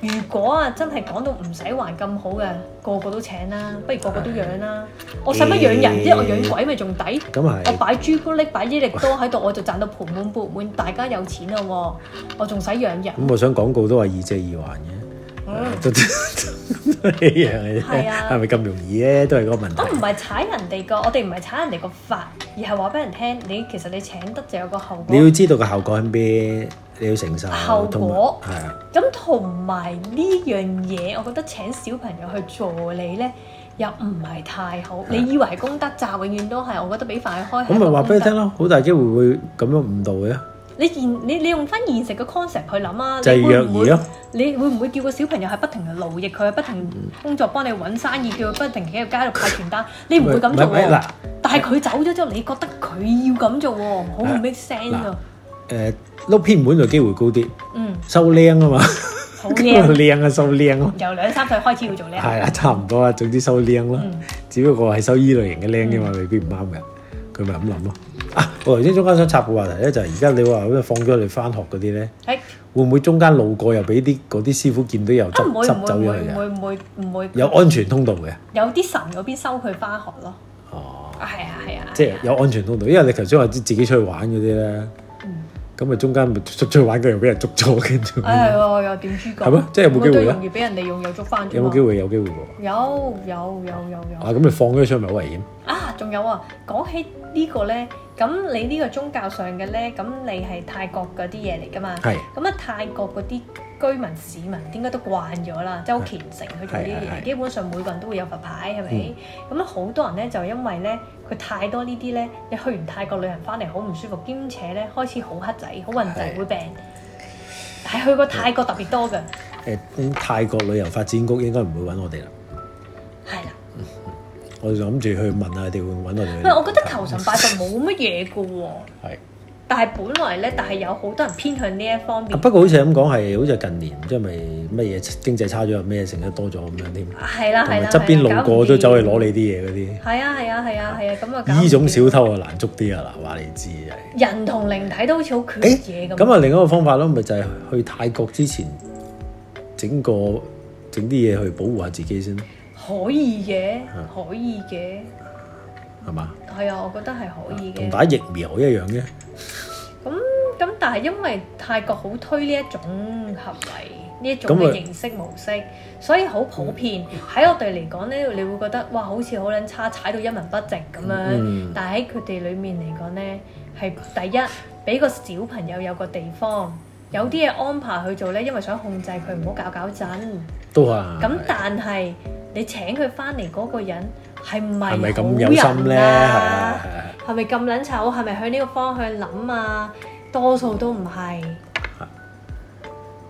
A: 如果啊真係講到唔使還咁好嘅，個個都請啦，不如個個都養啦。我使乜養人啫？
B: 嗯
A: 我養鬼咪仲抵。
B: 咁係
A: 我。擺朱古力、擺益力多喺度，我就賺到盆滿缽滿，大家有錢啦喎！我仲使養人，
B: 咁我想廣告都話二借二還嘅，
A: 嗯，
B: 都 都一樣嘅啫。
A: 係啊
B: 係咪咁容易咧？都係嗰個問
A: 我唔
B: 題。
A: 係踩人哋個，我哋唔係踩人哋個法，而係話俾人聽，你其實你請得就有個後果
B: 你。要知道個效果喺邊，你要承受。
A: 後果
B: 同埋係啊，
A: 咁同埋呢樣嘢，我覺得請小朋友去助理呢，又唔係太好。你以為係功德罩，永遠都係，我覺得俾飯佢開係
B: 咁
A: 一個
B: 咪話俾你
A: 功德。
B: 聽咯，好大機會會咁樣誤導嘅，
A: 你現你你用翻現實嘅 concept 去諗啊，
B: 就係
A: 你會
B: 虐
A: 唔會
B: 兒咯。
A: 你會唔會叫個小朋友係不停勞役佢，不停工作幫你揾生意，叫佢不停喺個街度派 傳單？你唔會咁做
B: 唔係唔係
A: 喎
B: 嗱。
A: 但係佢走咗之後，你覺得佢要咁做喎，好唔
B: 嗱
A: make sense 啊？
B: 誒碌偏門就機會高啲，
A: 嗯，
B: 收靚啊嘛，
A: 好靚，
B: 啊收 靚咯，
A: 由兩三歲開始要做靚。
B: 係啊，差唔多啊，總之收靚啦。
A: 嗯
B: 只不過係收依類型嘅靚嘅嘛，未必唔啱嘅，佢咪咁諗咯。啊，我頭先中間想插個話題咧，就係而家你話咩放咗你翻學嗰啲咧，
A: 係
B: 會唔會中間路過又俾啲嗰啲師傅見到又
A: 啊，唔
B: 執
A: 會唔
B: 執
A: 會
B: 走
A: 唔
B: 咗
A: 會
B: 佢
A: 唔
B: 嘅？
A: 會唔會唔會
B: 有安全通道嘅，
A: 有啲神嗰邊收佢翻學咯。
B: 哦，
A: 啊係啊係啊，
B: 即係有安全通道，因為你頭先話自己出去玩嗰啲咧，
A: 嗯
B: 咁啊咪中間咪出出去玩，佢又俾人捉咗，跟住
A: 唉係喎，又點知㗎？
B: 係咩即係有冇機會
A: 咁都
B: 咧
A: 容易俾人利用又捉翻
B: 有冇機
A: 會？
B: 會？有機會喎！
A: 有有有有有
B: 啊，咁你放咗佢出去咪好危險？
A: 啊！仲有啊，講起呢個咧，咁你呢個宗教上嘅咧，咁你係泰國嗰啲嘢嚟㗎嘛？
B: 係
A: 咁啊，泰國嗰啲居民市民應該都慣咗啦，即係好虔誠去做呢
B: 係
A: 啲
B: 係係嗯
A: 嘢。基本上每個人都會有佛牌，係咪？咁啊好、多人咧就因為咧佢太多呢啲咧，你去完泰國旅行翻嚟好唔舒服，兼且咧開始好黑仔、好混仔
B: 係
A: 會病，係去過泰國特別多嘅。
B: 誒、泰國旅遊發展局應該唔會揾我哋啦。
A: 係啦。
B: 我諗住去問下佢哋會唔會揾我哋。
A: 唔係，我覺得求神拜佛冇乜嘢嘅喎，
B: 係
A: 但係本來咧，但係有好多人偏向呢一方
B: 啊
A: 面。
B: 不過好似咁講係，好似近年唔知係咪乜嘢經濟差咗，咩成日多咗咁樣添，同
A: 係啦係
B: 埋
A: 啦，
B: 側邊路過都走去攞
A: 你。
B: 你啲嘢嗰啲。
A: 係啊係啊係啊係啊，咁啊搞唔掂
B: 呢種小偷啊難捉啲啊嗱，話你知係。
A: 人同靈體都好似好缺嘢咁。
B: 咁啊，另一個方法咯，咪就係去泰國之前整個整啲嘢去保護下自己先，
A: 可以嘅，
B: 嗯
A: 可以嘅，
B: 係嘛？
A: 係啊，我覺得係可以
B: 同
A: 嘅。
B: 打疫苗一樣嘅，
A: 咁咁，但係因為泰國好推呢一種行為，呢一種
B: 咁
A: 嘅
B: 啊
A: 形
B: 嗯
A: 式模式，所以好普遍。喺我哋嚟講咧，你會覺得哇，好似好撚差，踩到一文不值咁樣。
B: 嗯
A: 但係喺佢哋裡面嚟講咧，係第一俾個小朋友有個地方，有啲嘢安排去做咧，因為想控制佢唔好搞搞震。
B: 都啊。
A: 咁但係你請佢翻嚟嗰個人係咪
B: 係咪
A: 好
B: 咁有心咧？
A: 人
B: 係
A: 啊
B: 啊，係啊
A: 係咪咁撚醜？係咪向呢個方向諗啊？多數都唔係，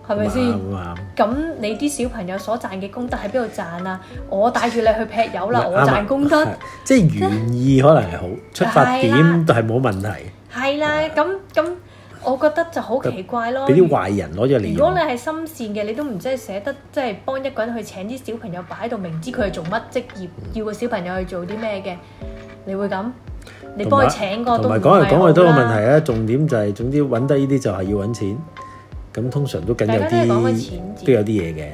A: 係咪先？
B: 咁啊
A: 咁你啲小朋友所賺嘅功德喺邊度賺啊？我帶住你去劈友
B: 咁
A: 啦，
B: 啊
A: 我賺功德
B: 啱啊係即係原意可能係好，出發點係冇問題，
A: 係啦。咁咁，我覺得就好奇怪咯。
B: 俾啲壞人攞咗嚟
A: 如果
B: 用
A: 你。係心善嘅，你都唔真係捨得，即係幫一個人去請啲小朋友擺喺度，明知佢係做乜職業，
B: 嗯
A: 要個小朋友去做啲咩嘅，你會咁？你幫佢請個都
B: 同
A: 唔係
B: 埋講嚟講去都有
A: 好
B: 問
A: 啦
B: 題啊！重點就係、總之揾得呢啲就係要揾錢，咁通常都緊有
A: 大家都係講緊
B: 啲
A: 錢字
B: 都有啲嘢嘅。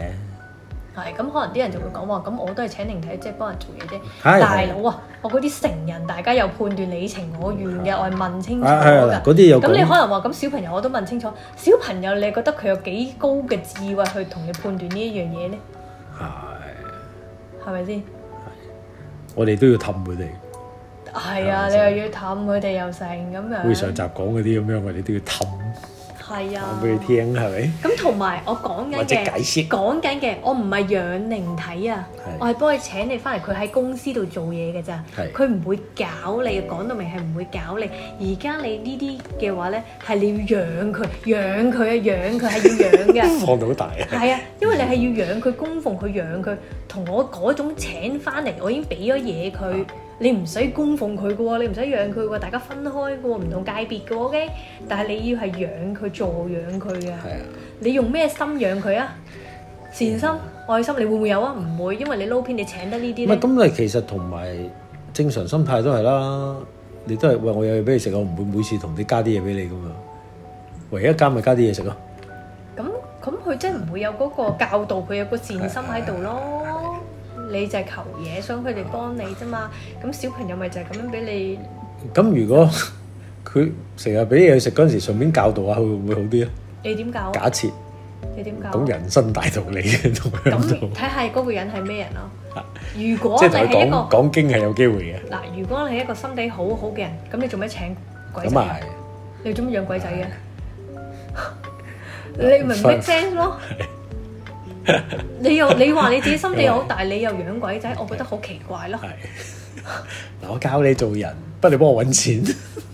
A: 係咁，可能啲人就會講話，咁我都係請靈體即係幫人做嘢啫。
B: 係
A: 大佬啊，我嗰啲成人大家有判斷你情我願嘅，我係問清楚
B: 啊係啊
A: 嗯㗎
B: 嗱。嗰啲有
A: 咁你可
B: 講，
A: 能話咁小朋友我都問清楚，小朋友你覺得佢有幾高嘅智慧去同你判斷呢一樣嘢呢？
B: 係
A: 係咪先？
B: 我哋都要氹佢哋，
A: 係啊，
B: 係
A: 你又要氹佢哋又成咁樣。
B: 好似上集講嗰啲咁樣，我哋都要氹
A: 係啊
B: 講。俾佢聽，係咪？
A: 咁同埋我講緊
B: 或者
A: 嘅
B: 解釋
A: 講緊嘅，我唔係養靈體啊
B: 係，
A: 我係幫佢請你翻嚟，佢喺公司度做嘢嘅咋，
B: 係
A: 佢唔會搞你，講到明係唔會搞你。而家你呢啲嘅話咧，係你要養佢，養佢啊，養佢係要養嘅。
B: 放到好大啊！
A: 係啊，因為你係要養佢、供奉佢、養佢，同我嗰種請翻嚟，我已經俾咗嘢佢，你唔使供奉佢嘅喎，你唔使養佢喎，大家分開嘅喎，唔同界別嘅喎，OK？但係你要係養佢、助養佢嘅，
B: 係啊，
A: 你用咩心養佢啊？善心、愛心，你會唔會有啊？唔會，因為你撈偏，你請得呢啲
B: 唔係
A: 咧，
B: 咁，你其實同埋正常心態都係啦。你都係喂，我有嘢俾你食，我唔會每次同你加啲嘢俾你噶嘛。唯一加咪加啲嘢食咯。
A: 咁咁佢真係唔會有嗰個教導佢有個善心喺度咯。你就係求嘢，想佢哋幫你啫嘛。咁小朋友咪就係咁樣俾你。
B: 咁如果 佢成日俾嘢食嗰陣時，順便教導下佢，會唔會好啲啊？
A: 你點教啊？
B: 假設
A: 你點搞啊？
B: 講人生大道理嘅 同樣度
A: 咁睇，下嗰個人係咩人咯。如果
B: 即
A: 你
B: 係同佢
A: 係一個
B: 講講經係有機會嘅。
A: 嗱，如果你係一個心地好好嘅人，咁你做咩請鬼
B: 咁啊
A: 仔？你做咩養鬼仔嘅？ 你咪唔 à? make sense 咯？你又你話你自己心地好，但係你又養鬼仔，我覺得好奇怪咯
B: 係。係 嗱，我教你做人，不過你幫我揾錢，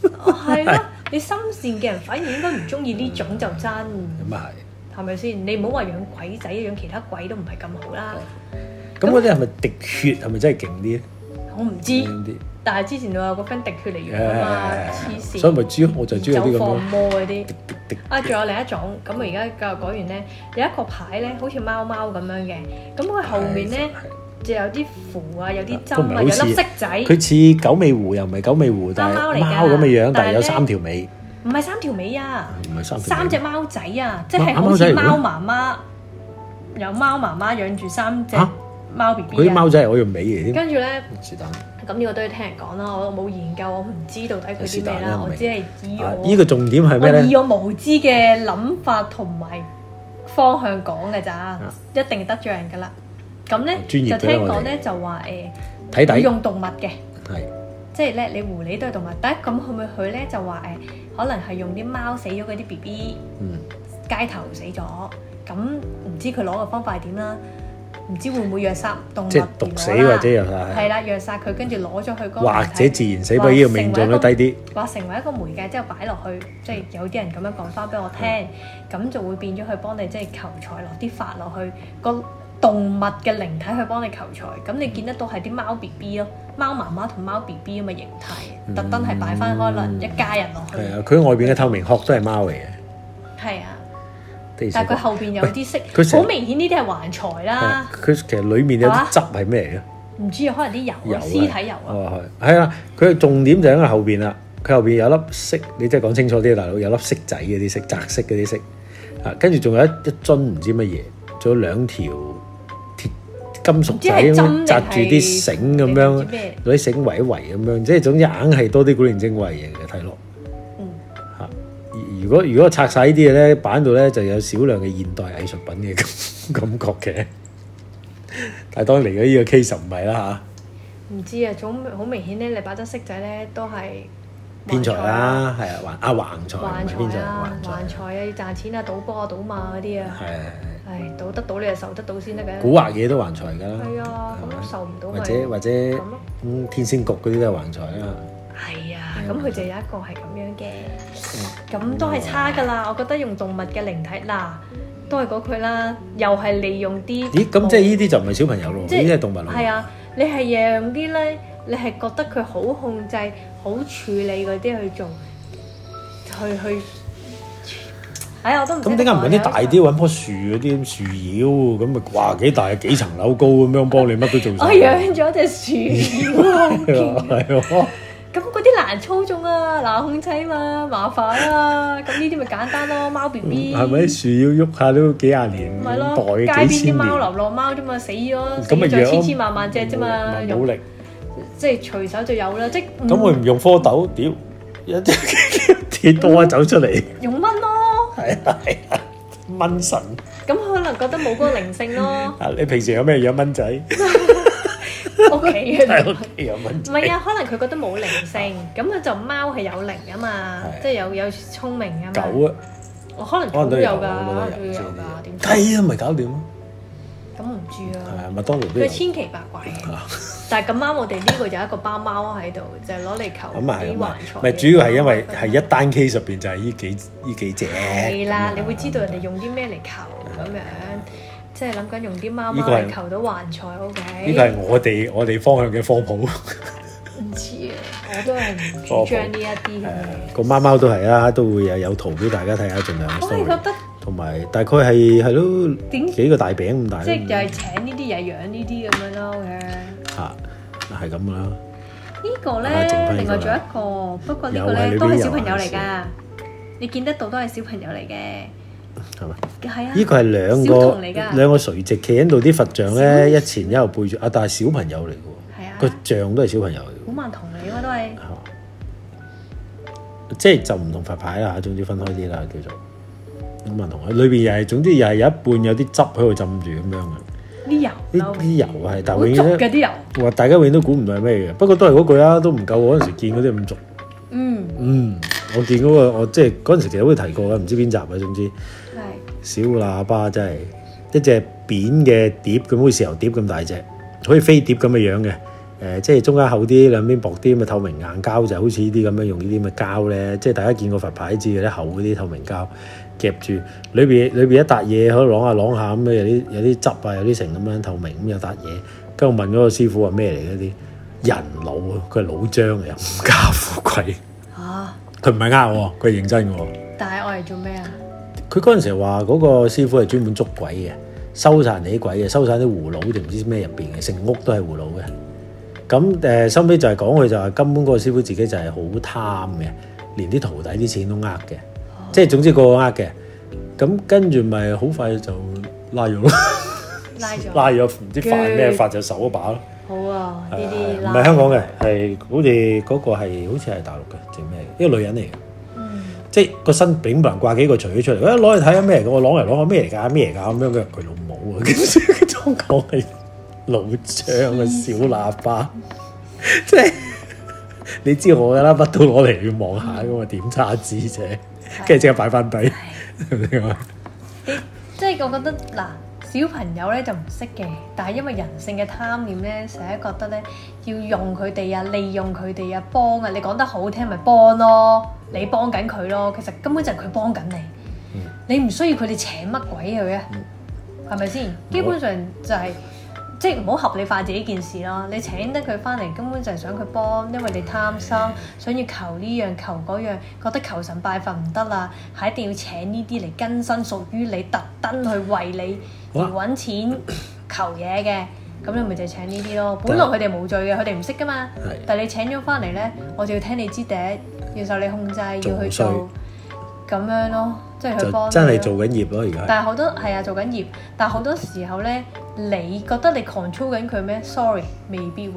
B: 咁
A: 係咯，你心善嘅人反而應該唔中意呢種就真，
B: 啊
A: 係咪先？你唔好話養鬼仔，養其他鬼都唔係咁好啦。
B: 係。咁嗰啲係咪滴血係咪真係勁啲咧？
A: 我唔知，
B: 勁啲
A: 但係之前我有個 friend 滴血嚟
B: 係
A: 養
B: 係
A: 啊嘛
B: 係，
A: 黐
B: 係
A: 線。
B: 所以咪主我就中意
A: 走
B: 啲咁
A: 放
B: 樣
A: 魔嗰啲。
B: 滴滴
A: 啊，仲有另一種，咁我而家教育講完咧，有一個牌咧，好似貓貓咁樣嘅，咁佢後面咧就有啲符啊，有啲
B: 都
A: 針
B: 唔係
A: 啊，
B: 好
A: 有
B: 似
A: 粒色仔，
B: 佢似九尾狐又唔係九尾狐，但
A: 貓嚟㗎
B: 係貓咁嘅樣，
A: 但係
B: 但係
A: 咧
B: 有三條尾，
A: 唔係三條尾啊，
B: 唔係三條尾。
A: 三隻貓仔啊，即係
B: 貓
A: 好
B: 貓
A: 似
B: 仔嚟
A: 貓
B: 嘅
A: 媽媽有貓媽媽養住三隻
B: 嚇
A: 貓 B
B: 嗰
A: B
B: 啲
A: 啊，
B: 貓仔係我條尾嚟添。
A: 跟住咧。
B: 是但。
A: 咁呢個都要聽人講啦，我冇研究，我唔知到底佢
B: 是
A: 啲
B: 但
A: 咩
B: 啦
A: 啦，我
B: 我明
A: 只係以
B: 啊
A: 我
B: 呢個重點係咩
A: 我以
B: 咧？
A: 我無知嘅諗法同埋方向講嘅咋，一定得罪人噶啦。咁咧
B: 專業
A: 就
B: 嘅
A: 聽
B: 我
A: 講
B: 哋
A: 咧就話誒，
B: 睇
A: 要
B: 底
A: 用動物嘅，
B: 係
A: 即係咧你狐狸都係動物，但係咁佢咪佢咧就話誒，可能係用啲貓死咗嗰啲 B B
B: 嗯
A: 街頭死咗，咁唔知佢攞嘅方法係點啦。唔知會唔會虐殺動物，
B: 即係毒死
A: 如果啦
B: 或者虐殺係
A: 係啦，虐殺佢跟住攞咗佢嗰個
B: 或
A: 遺體
B: 者自然死，不過呢個命中率低啲。
A: 話成為一個媒介之後擺落去，即係有啲人咁樣講翻俾我聽，
B: 嗯
A: 咁就會變咗去幫你即係求財落啲法落去個動物嘅靈體去幫你求財，咁你見得到係啲貓 B B 咯，貓媽媽同貓 B B 咁嘅形態，特登係擺翻可能一家人落去，
B: 嗯係啊，佢外邊嘅透明殼都係貓嚟嘅，
A: 係啊，
B: 的而且
A: 但係佢
B: 確
A: 後邊有啲
B: 喂
A: 色，
B: 佢成
A: 好明顯呢啲係橫財
B: 係啊
A: 啦，
B: 佢其實裡面有
A: 係嘛
B: 啲汁係咩嚟咧？
A: 唔知啊可能啲油啊
B: 油啊
A: 屍體油啊，
B: 哦，係係啊，佢重點就喺佢後邊啦。佢後邊有粒色，你真係講清楚啲，大佬有粒色仔嗰啲色，擲色嗰啲色啊，跟住仲有一一樽唔知乜嘢，仲有兩條鐵金屬仔
A: 唔知係針定
B: 咁樣擲住啲
A: 係
B: 繩咁
A: 定唔
B: 樣
A: 知，咩
B: 攞啲繩圍一圍咁樣，即係總之硬係多啲古靈精怪嘢嘅睇落。
A: 嗯。
B: 嚇如如果如果拆晒呢啲嘢咧，擺喺度咧就有少量嘅現代藝術品嘅感 感覺嘅。但係當然嚟咗呢個 case 就唔係啦嚇。
A: 唔知啊，總好明顯咧，你把得色仔咧都係
B: 偏財
A: 橫財啊、
B: 啦，係啊，橫啊橫財，
A: 橫
B: 唔係偏財，
A: 財啊、
B: 橫財
A: 橫，財啊，要賺錢啊、賭波啊、賭馬嗰啲啊，
B: 係係
A: 唉，賭得到你就受得到先得嘅。
B: 係古惑嘢都橫財㗎啦，
A: 係啊，
B: 係咪
A: 咁受唔到咪
B: 或者或者
A: 咁咯
B: 咁天仙局嗰啲都係橫財啦，
A: 係啊，咁佢就有一個係咁樣嘅，咁都係差㗎啦。我覺得用動物嘅靈體嗱，都係嗰句啦，又係利用啲
B: 咦咁即係呢啲就唔係小朋友咯，呢
A: 哦即係
B: 啲係動物咯，
A: 係啊，你係樣啲咧，你係覺得佢好控制、好處理嗰啲去做，去去，哎呀，我都唔
B: 咁點解唔揾啲大啲，揾棵樹嗰啲樹妖咁咪哇幾大幾層樓高咁樣幫你乜都做
A: 我
B: 曬，
A: 養咗隻 樹妖 啊，
B: 係喎，
A: 咁嗰啲難操縱啊，難控制嘛，麻煩啊，咁呢啲咪簡單咯，貓 B B
B: 嗯係咪樹妖喐下都幾廿年
A: 咪咯，街
B: 代
A: 邊
B: 幾
A: 啲
B: 千年，
A: 貓流浪貓啫嘛，死咗死
B: 咁咪
A: 咗
B: 養嗯
A: 千千萬萬隻啫嘛，
B: 咪
A: 用
B: 冇力。
A: 即係隨手就有啦，即係
B: 咁佢唔用蝌蚪，屌一 隻跌多走出嚟，
A: 用蚊咯，
B: 係啊係啊，蚊神
A: 咁佢可能覺得冇嗰個靈性咯。
B: 啊！你平時有咩養蚊仔？
A: 屋企
B: 喺
A: 嘅
B: 屋。企養蚊
A: 唔
B: 仔，
A: 係啊，可能佢覺得冇靈性，咁佢就貓係有靈啊嘛，
B: 係
A: 即係有有聰明啊嘛。
B: 狗啊，
A: 我可能
B: 可
A: 狗
B: 能都
A: 都
B: 有
A: 有
B: 啊，
A: 㗎，
B: 我覺
A: 都
B: 得有
A: 有
B: 知
A: 㗎，點知？
B: 雞都咪搞掂啊，
A: 咁唔知
B: 係
A: 啊，
B: 啊，麥當勞都有
A: 佢。千奇百怪嘅。但係咁啱，我哋呢個有一個包貓喺度，就係攞嚟求
B: 咁啊係，
A: 啲
B: 咁啊
A: 橫財。
B: 唔係主要係因為係一單 case 入邊就係呢幾呢幾隻。
A: 係啦
B: 咁啊，
A: 你會知道人哋用啲咩嚟求咁樣，即係諗緊用啲貓
B: 呢
A: 貓
B: 個係
A: 嚟求到橫財。O
B: 呢個
A: K，
B: 係我哋我哋方向嘅科普。
A: 唔知啊，我都係唔主張呢一啲嘅。
B: 個貓貓都係啦，都會有有圖俾大家睇下，盡量
A: 我係覺
B: story。
A: 得。
B: 同埋大概係係咯
A: 點
B: 幾個大餅咁大咯。
A: 即係又係請呢啲嘢養呢啲咁樣咯嘅。
B: 嚇，啊係咁啦。
A: 呢個
B: 啊剩
A: 咧，
B: 返呢個啦
A: 另外仲有一個，不過呢個
B: 又係
A: 咧
B: 裏邊
A: 都係
B: 有
A: 小朋友嚟
B: 顏
A: 㗎，你見得到都係小朋友嚟嘅，
B: 係咪？
A: 係啊。
B: 呢個係兩
A: 小童嚟
B: 個
A: 㗎
B: 兩個垂直企喺度啲佛像咧，一前一後背住啊，但係小朋友嚟嘅
A: 係啊
B: 喎，，個像都係小朋友嚟
A: 古曼童嚟㗎都係
B: 嘅，嚇，即係就唔同佛牌啦，總之分開啲啦，叫做咁唔同啊。裏邊又係總之又係有一半有啲汁喺度浸住咁樣嘅，
A: 啲油
B: 呢
A: 咯，
B: 啲油係，但
A: 好
B: 係
A: 足
B: 永
A: 嘅
B: 遠咧
A: 啲油，
B: 話大家永遠都估唔到係咩嘅。不過都係嗰句啦，都唔夠我嗰陣時見嗰啲咁足。
A: 嗯
B: 嗯，我見嗰個我即係嗰陣時其實都提過啦，唔知邊集啊，總之。
A: 係
B: 小喇叭真係一隻扁嘅碟咁，好似豉油碟咁大隻，好似飛碟咁嘅樣嘅。誒、即係中間厚啲，兩邊薄啲，咁嘅透明硬膠就好似呢啲咁樣用呢啲咁嘅膠咧，即係大家見過佛牌知嘅咧，厚嗰啲透明膠夾住裏邊裏邊一笪嘢，可以啷下啷下咁樣，有啲有啲汁啊，有啲成咁樣透明咁有笪嘢。跟住我問嗰個師傅話咩嚟嗰啲人腦啊，佢係老張嚟，唔加富貴，
A: 嚇。
B: 佢唔係呃我，佢係認真嘅喎。
A: 啊但係我嚟做咩啊？
B: 佢嗰陣時話嗰個師傅係專門捉鬼嘅，收晒人哋啲鬼嘅，收晒啲葫蘆定唔知咩入邊嘅，成屋都係葫蘆嘅。咁誒，收尾就係講佢就係根本嗰個師傅自己就係好貪嘅，連啲徒弟啲錢都呃嘅，即係總之個個呃嘅。咁跟住咪好快就拉咗咯，
A: 拉咗
B: 拉咗唔知犯咩法就手一把咯。
A: 好啊，呢
B: 係
A: 啲
B: 唔
A: 拉
B: 係香港嘅，係好似嗰個係好似係大陸嘅定咩嘅，一個女人嚟嘅。
A: 嗯
B: 即係個身頂棚掛幾個錘出嚟，喂攞嚟睇下咩嚟㗎？我攞嚟攞去咩嚟㗎？咩嚟㗎？咁樣嘅佢老母啊，跟住佢仲講係老張嘅小喇叭，即係你知我㗎啦，乜都攞嚟要望下㗎嘛，點差知啫？跟住即刻擺翻低，明唔明啊
A: 即係我覺得嗱，小朋友咧就唔識嘅，但係因為人性嘅貪念咧，成日覺得咧要用佢哋啊，利用佢哋啊，幫啊，你講得好聽咪幫咯，你幫緊佢咯，其實根本就係佢幫緊你，
B: 嗯
A: 你唔需要佢哋請乜鬼佢啊
B: 嗯，
A: 係咪先？基本上就係、即係唔好合理化自己件事啦。你請得佢翻嚟，根本就係想佢幫，因為你貪心，想要求呢樣求嗰樣，覺得求神拜佛唔得啦，係一定要請呢啲嚟更新屬於你，特登去為你
B: 好
A: 而
B: 啊
A: 揾錢求嘢嘅。咁你咪就係請呢啲咯。本
B: 但
A: 來佢哋冇罪嘅，佢哋唔識噶嘛
B: 係。
A: 但係你請咗翻嚟呢，我就要聽你支笛，要受你控制，要
B: 做
A: 去
B: 衰
A: 做咁樣咯，即係去幫
B: 就
A: 你啊
B: 真係
A: 咯
B: 做緊業咯，而家係。
A: 但係好多係啊，做緊業，但係好多時候咧，你覺得你 control 緊佢咩？Sorry，未必喎，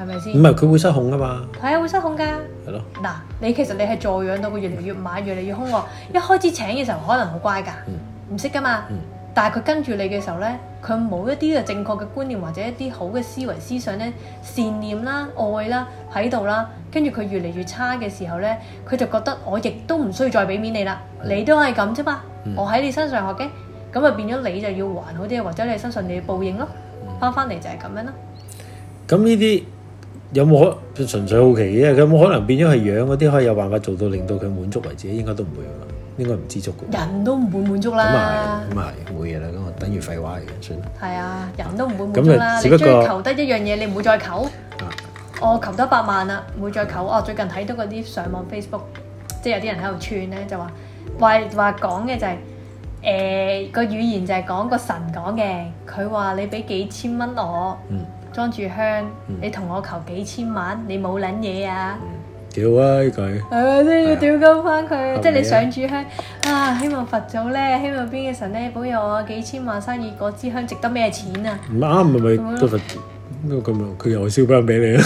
A: 係咪先
B: 唔？係佢會失控噶嘛，
A: 係啊，會失控㗎。
B: 係咯，
A: 嗱，你其實你係助養到佢越嚟越買，越嚟越兇喎。一開始請嘅時候可能好乖㗎，唔識㗎嘛。
B: 嗯
A: 但係佢跟住你嘅時候咧，佢冇一啲嘅正確嘅觀念或者一啲好嘅思維思想咧，善念啦、愛啦喺度啦，跟住佢越嚟越差嘅時候咧，佢就覺得我亦都唔需要再俾面你啦，你都係咁啫嘛，
B: 嗯
A: 我喺你身上學嘅，咁啊變咗你就要還好啲，或者你身上你要報應咯，
B: 嗯
A: 翻翻嚟就係咁樣咯。
B: 咁呢啲有冇可純粹好奇啫？有冇可能變咗係養嗰啲可以有辦法做到令到佢滿足為止？應該都唔會噶嘛，應該唔知足噶。
A: 人啊都唔會滿足
B: 咁
A: 啦
B: 啊，係，咁啊係，冇嘢啦，咁啊等於廢話嚟嘅，算啦。
A: 係啊，人都唔會滿
B: 咁
A: 足
B: 就
A: 啦。
B: 只
A: 你
B: 不
A: 追
B: 過
A: 求得一樣嘢，你唔會再求。
B: 啊，
A: 我求得百萬啦，唔會再求。哦我最近睇到嗰啲上網 Facebook，即係有啲人喺度串咧，就話話話講嘅就係、誒、個語言就係講個神講嘅，佢話你俾幾千蚊我
B: 嗯
A: 裝住香，
B: 嗯
A: 你同我求幾千萬，你冇撚嘢啊！
B: 嗯，屌啊呢句，
A: 係咪先要屌鳩翻佢？即係你
B: 係咪啊
A: 上柱香啊，希望佛祖咧，希望邊個神咧保佑我幾千萬生意，嗰支香值得咩錢啊？
B: 唔啱咪咪都罰，啊咁咪佢又燒翻俾 你啦。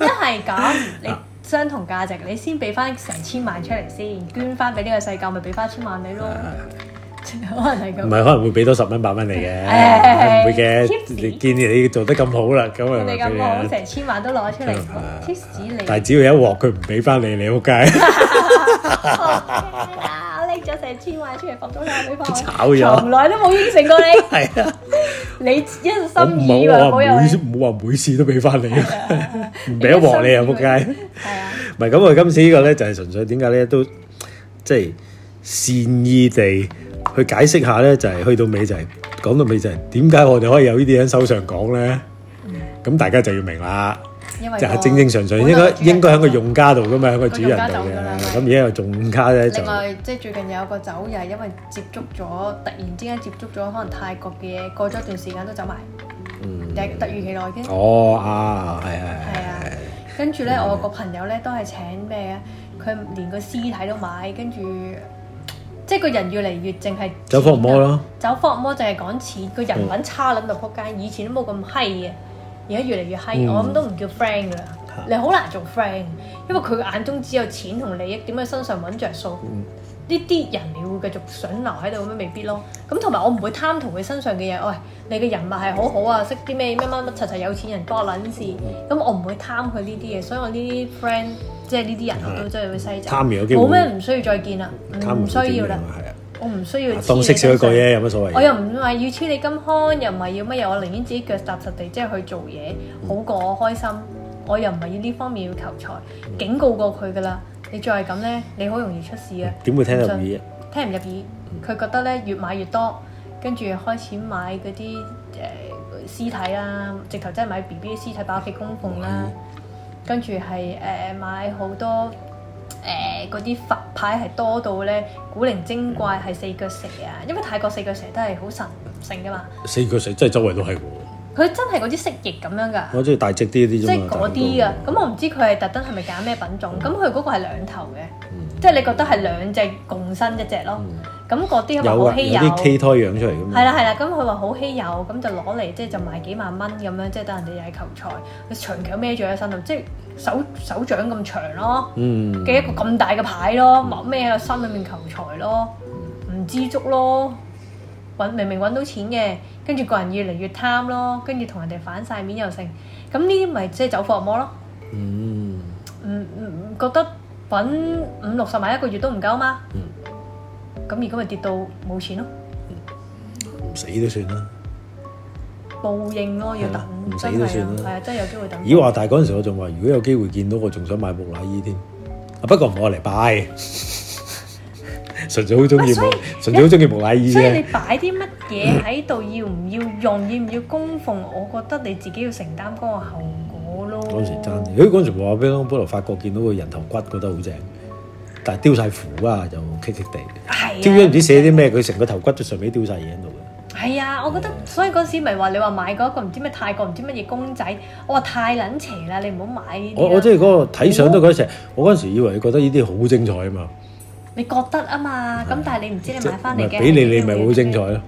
A: 一係咁，你
B: 啊
A: 相同價值，你先俾翻成千萬出嚟先，捐翻俾呢個世界，咪俾翻千萬你咯。 可能係
B: 啊
A: 咁。
B: 唔係可能會俾多十蚊八蚊你嘅，
A: 唉
B: 唔會嘅。
A: Tips
B: 你見你做得咁好啦，咁啊
A: 你
B: 俾
A: 咁好，
B: 你啦。
A: 成千萬都攞出嚟，kiss 你
B: 但係只要有一鑊佢唔俾翻你，你好 街。
A: 啊！ 我拎咗成千萬出嚟，放咗你俾翻我，
B: 炒咗
A: 從來都冇應承過 你，
B: 係啊。
A: 你一心意以為
B: 唔好
A: 保
B: 話
A: 佑
B: 每
A: 你，
B: 唔好話每次都俾 翻你，唔俾一鑊你啊仆街！
A: 係啊，
B: 唔係咁，我今次呢個咧就係純粹點解咧都即係善意地去解釋下咧，就係去到尾就係講到尾就係點解我哋可以有呢啲人手上講咧？咁大家就要明啦，
A: 因為
B: 就係
A: 個
B: 正正常常應
A: 本來個
B: 該
A: 主人
B: 應該喺個用家度噶嘛，喺個主人
A: 個用家
B: 度
A: 度㗎啦
B: 嘅。咁而家個用家咧就
A: 另外，即係最近有個走又係因為接觸咗，突然之間接觸咗可能泰國嘅嘢，過咗一段時間都走埋，
B: 嗯
A: 但係突如其來嘅。
B: 哦啊，係係
A: 係啊，跟住咧，
B: 嗯
A: 我個朋友咧都係請咩啊？佢連個屍體都買，跟住即係個人越嚟越淨係
B: 走火入魔咯。
A: 走福魔就係講錢，個人品差撚到撲街，以前都冇咁閪嘅，而家越嚟越閪，
B: 嗯
A: 我諗都唔叫 friend 噶啦，你好難做 friend，因為佢眼中只有錢同利益，點喺身上揾着數？
B: 嗯
A: 呢啲人你會繼續想留喺度咁樣未必咯。咁同埋我唔會貪圖佢身上嘅嘢，喂，你嘅人脈係好好啊，識啲咩乜乜乜柒柒有錢人幫我撚事，
B: 嗯
A: 咁我唔會貪佢呢啲嘢，所以我呢啲 friend 即係呢啲人我都真係會篩走，
B: 啊貪完有機會
A: 冇咩唔需要再見啦，
B: 貪
A: 唔需要啦，
B: 係啊。
A: 我唔需要黐
B: 當
A: 你
B: 識少一
A: 身
B: 個
A: 上
B: 啫，有乜所謂？
A: 我又唔係要黐你金康，又唔係要乜嘢，我寧願自己腳踏實地，即係去做嘢，好過我開心。我又唔係要呢方面要求財，警告過佢噶啦。你再係咁呢，你好容易出事嘅。
B: 點會聽得入
A: 唔
B: 耳
A: 信？聽唔入耳，佢覺得呢越買越多，跟住開始買嗰啲誒屍體啦，直頭真係買 B B 嘅屍體擺屋企供奉啦，跟住係誒買好多。誒嗰啲佛牌係多到咧古靈精怪，係四腳蛇啊！因為泰國四腳蛇都係好神聖噶嘛，
B: 四腳蛇真係周圍都係喎，
A: 佢真係嗰啲蜥蜴咁樣噶，
B: 我中意大隻啲嗰啲啫
A: 即
B: 嘛
A: 係嗰啲
B: 大
A: 啊
B: 隻！
A: 咁我唔知佢係特登係咪揀咩品種，咁佢嗰個係兩頭
B: 嗯
A: 嘅，即係你覺得係兩隻共生一隻咯。咁嗰啲因為
B: 有
A: 好
B: 啊，
A: 稀
B: 有啲嗯畸
A: 有，
B: 胎養出嚟㗎嘛。
A: 係啦係啦，咁佢話好稀有，咁就攞嚟即係就賣幾萬蚊咁樣，即係等人哋又係求財，佢長期孭住喺身度，即係手手掌咁長咯。
B: 嗯，
A: 嘅一個咁大嘅牌咯，冇咩喺個心裏面求財咯，唔知足咯，揾明明揾到錢嘅，跟住個人越嚟越貪咯，跟住同人哋反晒面又成，咁呢啲咪即係走火入魔咯，
B: 嗯，
A: 唔唔唔覺得揾五六十萬一個月都唔夠嘛，咁而家咪跌到冇錢咯，
B: 死都算啦。
A: 報應咯，要
B: 係啊
A: 等，
B: 唔死
A: 真
B: 都
A: 係啊
B: 算，啦
A: 係啊，真係有機會等。
B: 咦！話大嗰陣時，我仲話如果有機會見到，我仲想買木乃伊添。啊，不過唔好我嚟拜， 純粹好中
A: 喂
B: 意
A: 所
B: 木
A: 以，
B: 純粹好中意木乃伊
A: 所以你
B: 啫。
A: 擺啲乜嘢喺度，要唔要用，要唔要供奉，我覺得你自己要承擔嗰個後果咯。
B: 嗰陣時爭啲，佢嗰陣時話俾我本來法國見到個人頭骨覺得好正，但係丟晒符啊，就棘棘地。
A: 係啊
B: 知唔知唔知寫啲咩？佢成個頭骨都上面丟晒嘢喺度嘅。
A: 係啊，我覺得所以嗰時咪話你話買嗰個唔知咩泰國唔知乜嘢公仔，我話太撚邪啦，你唔好買呢啲啦。
B: 我我即係嗰個睇相都嗰陣時，我嗰陣時以為你覺得呢啲好精彩啊嘛，
A: 你覺得啊嘛，咁但係你唔知你買翻嚟
B: 即
A: 嘅
B: 係俾你你咪好精 彩。咯。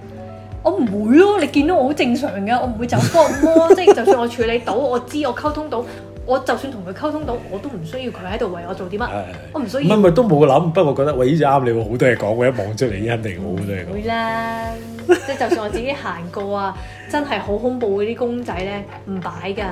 A: 我唔會咯，你見到我好正常嘅，我唔會走光魔，即係就算我處理到，我知我溝通到，我就算同佢溝通到，我都唔需要佢喺度為我做啲乜，
B: 係
A: 我唔需
B: 唔係
A: 要
B: 唔。係都冇諗，不過覺得喂呢只啱你喎，好多嘢講喎，一望出嚟已經肯定好多 嘢講。
A: 會啦，即係就算我自己行過啊，真係好恐怖嗰啲公仔咧，唔擺㗎。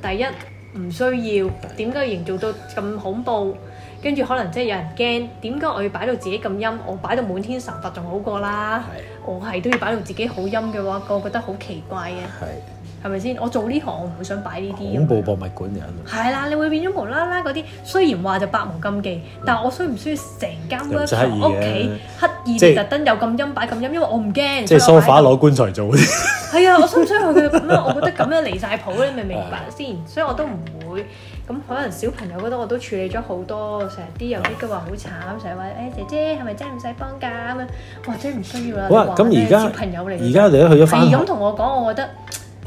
A: 第一唔需要，點解要營造到咁恐怖？跟住可能真係有人驚，點解我要擺到自己咁陰？我擺到滿天神佛仲好過啦。我係都要擺到自己好陰嘅話，我覺得好奇怪嘅，
B: 係
A: 係咪先？我做呢行我唔會想擺呢啲。
B: 恐怖博物館就喺度，
A: 係啦，你會變咗無啦啦嗰啲，雖然話就百無禁忌，但係我需唔需要成間
B: 又唔
A: work
B: 使刻意嘅啊
A: 屋企刻意
B: 即係
A: 地特登有咁陰擺咁陰，因為我唔驚。
B: 即係
A: 所以我
B: sofa
A: 擺喺度
B: 攞棺材做 嗰啲。
A: 係啊，我想唔想去佢咁樣？我覺得咁樣離晒譜，你明唔明白先？所以我都唔會。咁可能小朋友嗰度我都處理咗好多，成日啲有啲都話好慘，成日話誒姐姐係咪真係唔使幫㗎咁樣？哇，真係唔需要啦。
B: 好啊
A: 你話
B: 咁
A: 咩
B: 而家
A: 小朋友嚟㗎，
B: 而家你都去咗翻
A: 係
B: 學，
A: 咁同我講，我覺得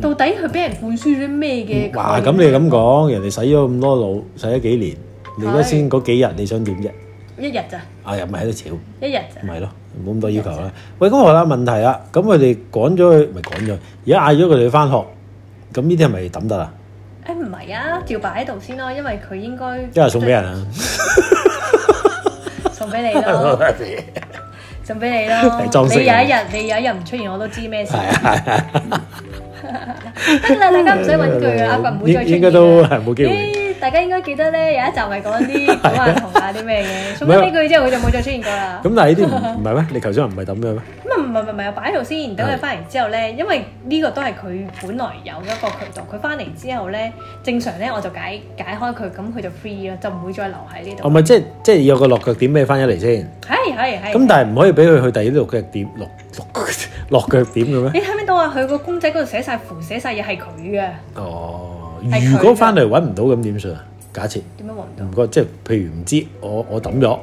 A: 到底佢俾人灌輸咗啲咩嘅？
B: 嗯哇！咁你咁講，人哋使咗咁多腦，使咗幾年，你而家
A: 係
B: 先嗰幾日，你想點啫？
A: 一日咋，
B: 啊，又唔係喺度吵。
A: 一日咋，
B: 咪係咯，冇咁多要求啦。喂，咁我啦問題啦，咁佢哋趕咗佢，咪趕咗佢，而家嗌咗佢哋翻學，咁呢啲係咪抌得啊？
A: 誒唔係啊，照擺喺度先咯，因為佢應該
B: 一係送俾人啊，
A: 送俾你咯， 送俾你咯。
B: 係裝飾
A: 你有一日，你有一日唔出現，我都知咩事。
B: 係啊係啊，
A: 得啦，大家唔使揾佢啦，阿棍唔會再出現啊
B: 應該都係冇機會。
A: 咦大家應該記得咧，有一集咪講啲古惑同啊啲咩嘅，送咗呢句之後佢就冇再出現過啦。
B: 咁但係呢啲唔 唔係咩？你頭先話唔係抌嘅咩？
A: 咁啊唔係唔係唔係，擺喺度先，等佢翻嚟之後咧，因為呢個都係佢本來有一個渠道，佢翻嚟之後咧，正常咧我就解解開佢，咁佢就 free 啦，就唔會再留喺呢
B: 哦，
A: 度。
B: 咪即係即係有個落腳點俾佢翻一嚟先。
A: 係係係。
B: 咁但係唔可以俾佢去第二啲落腳點落落落腳點嘅咩？
A: 你睇唔睇到啊？佢個公仔嗰度寫晒符，寫晒嘢係佢嘅，
B: 哦，
A: 係佢
B: 如果翻嚟揾唔到咁點算啊？假設
A: 點樣揾唔到？
B: 唔該，即係譬如唔知我我抌咗，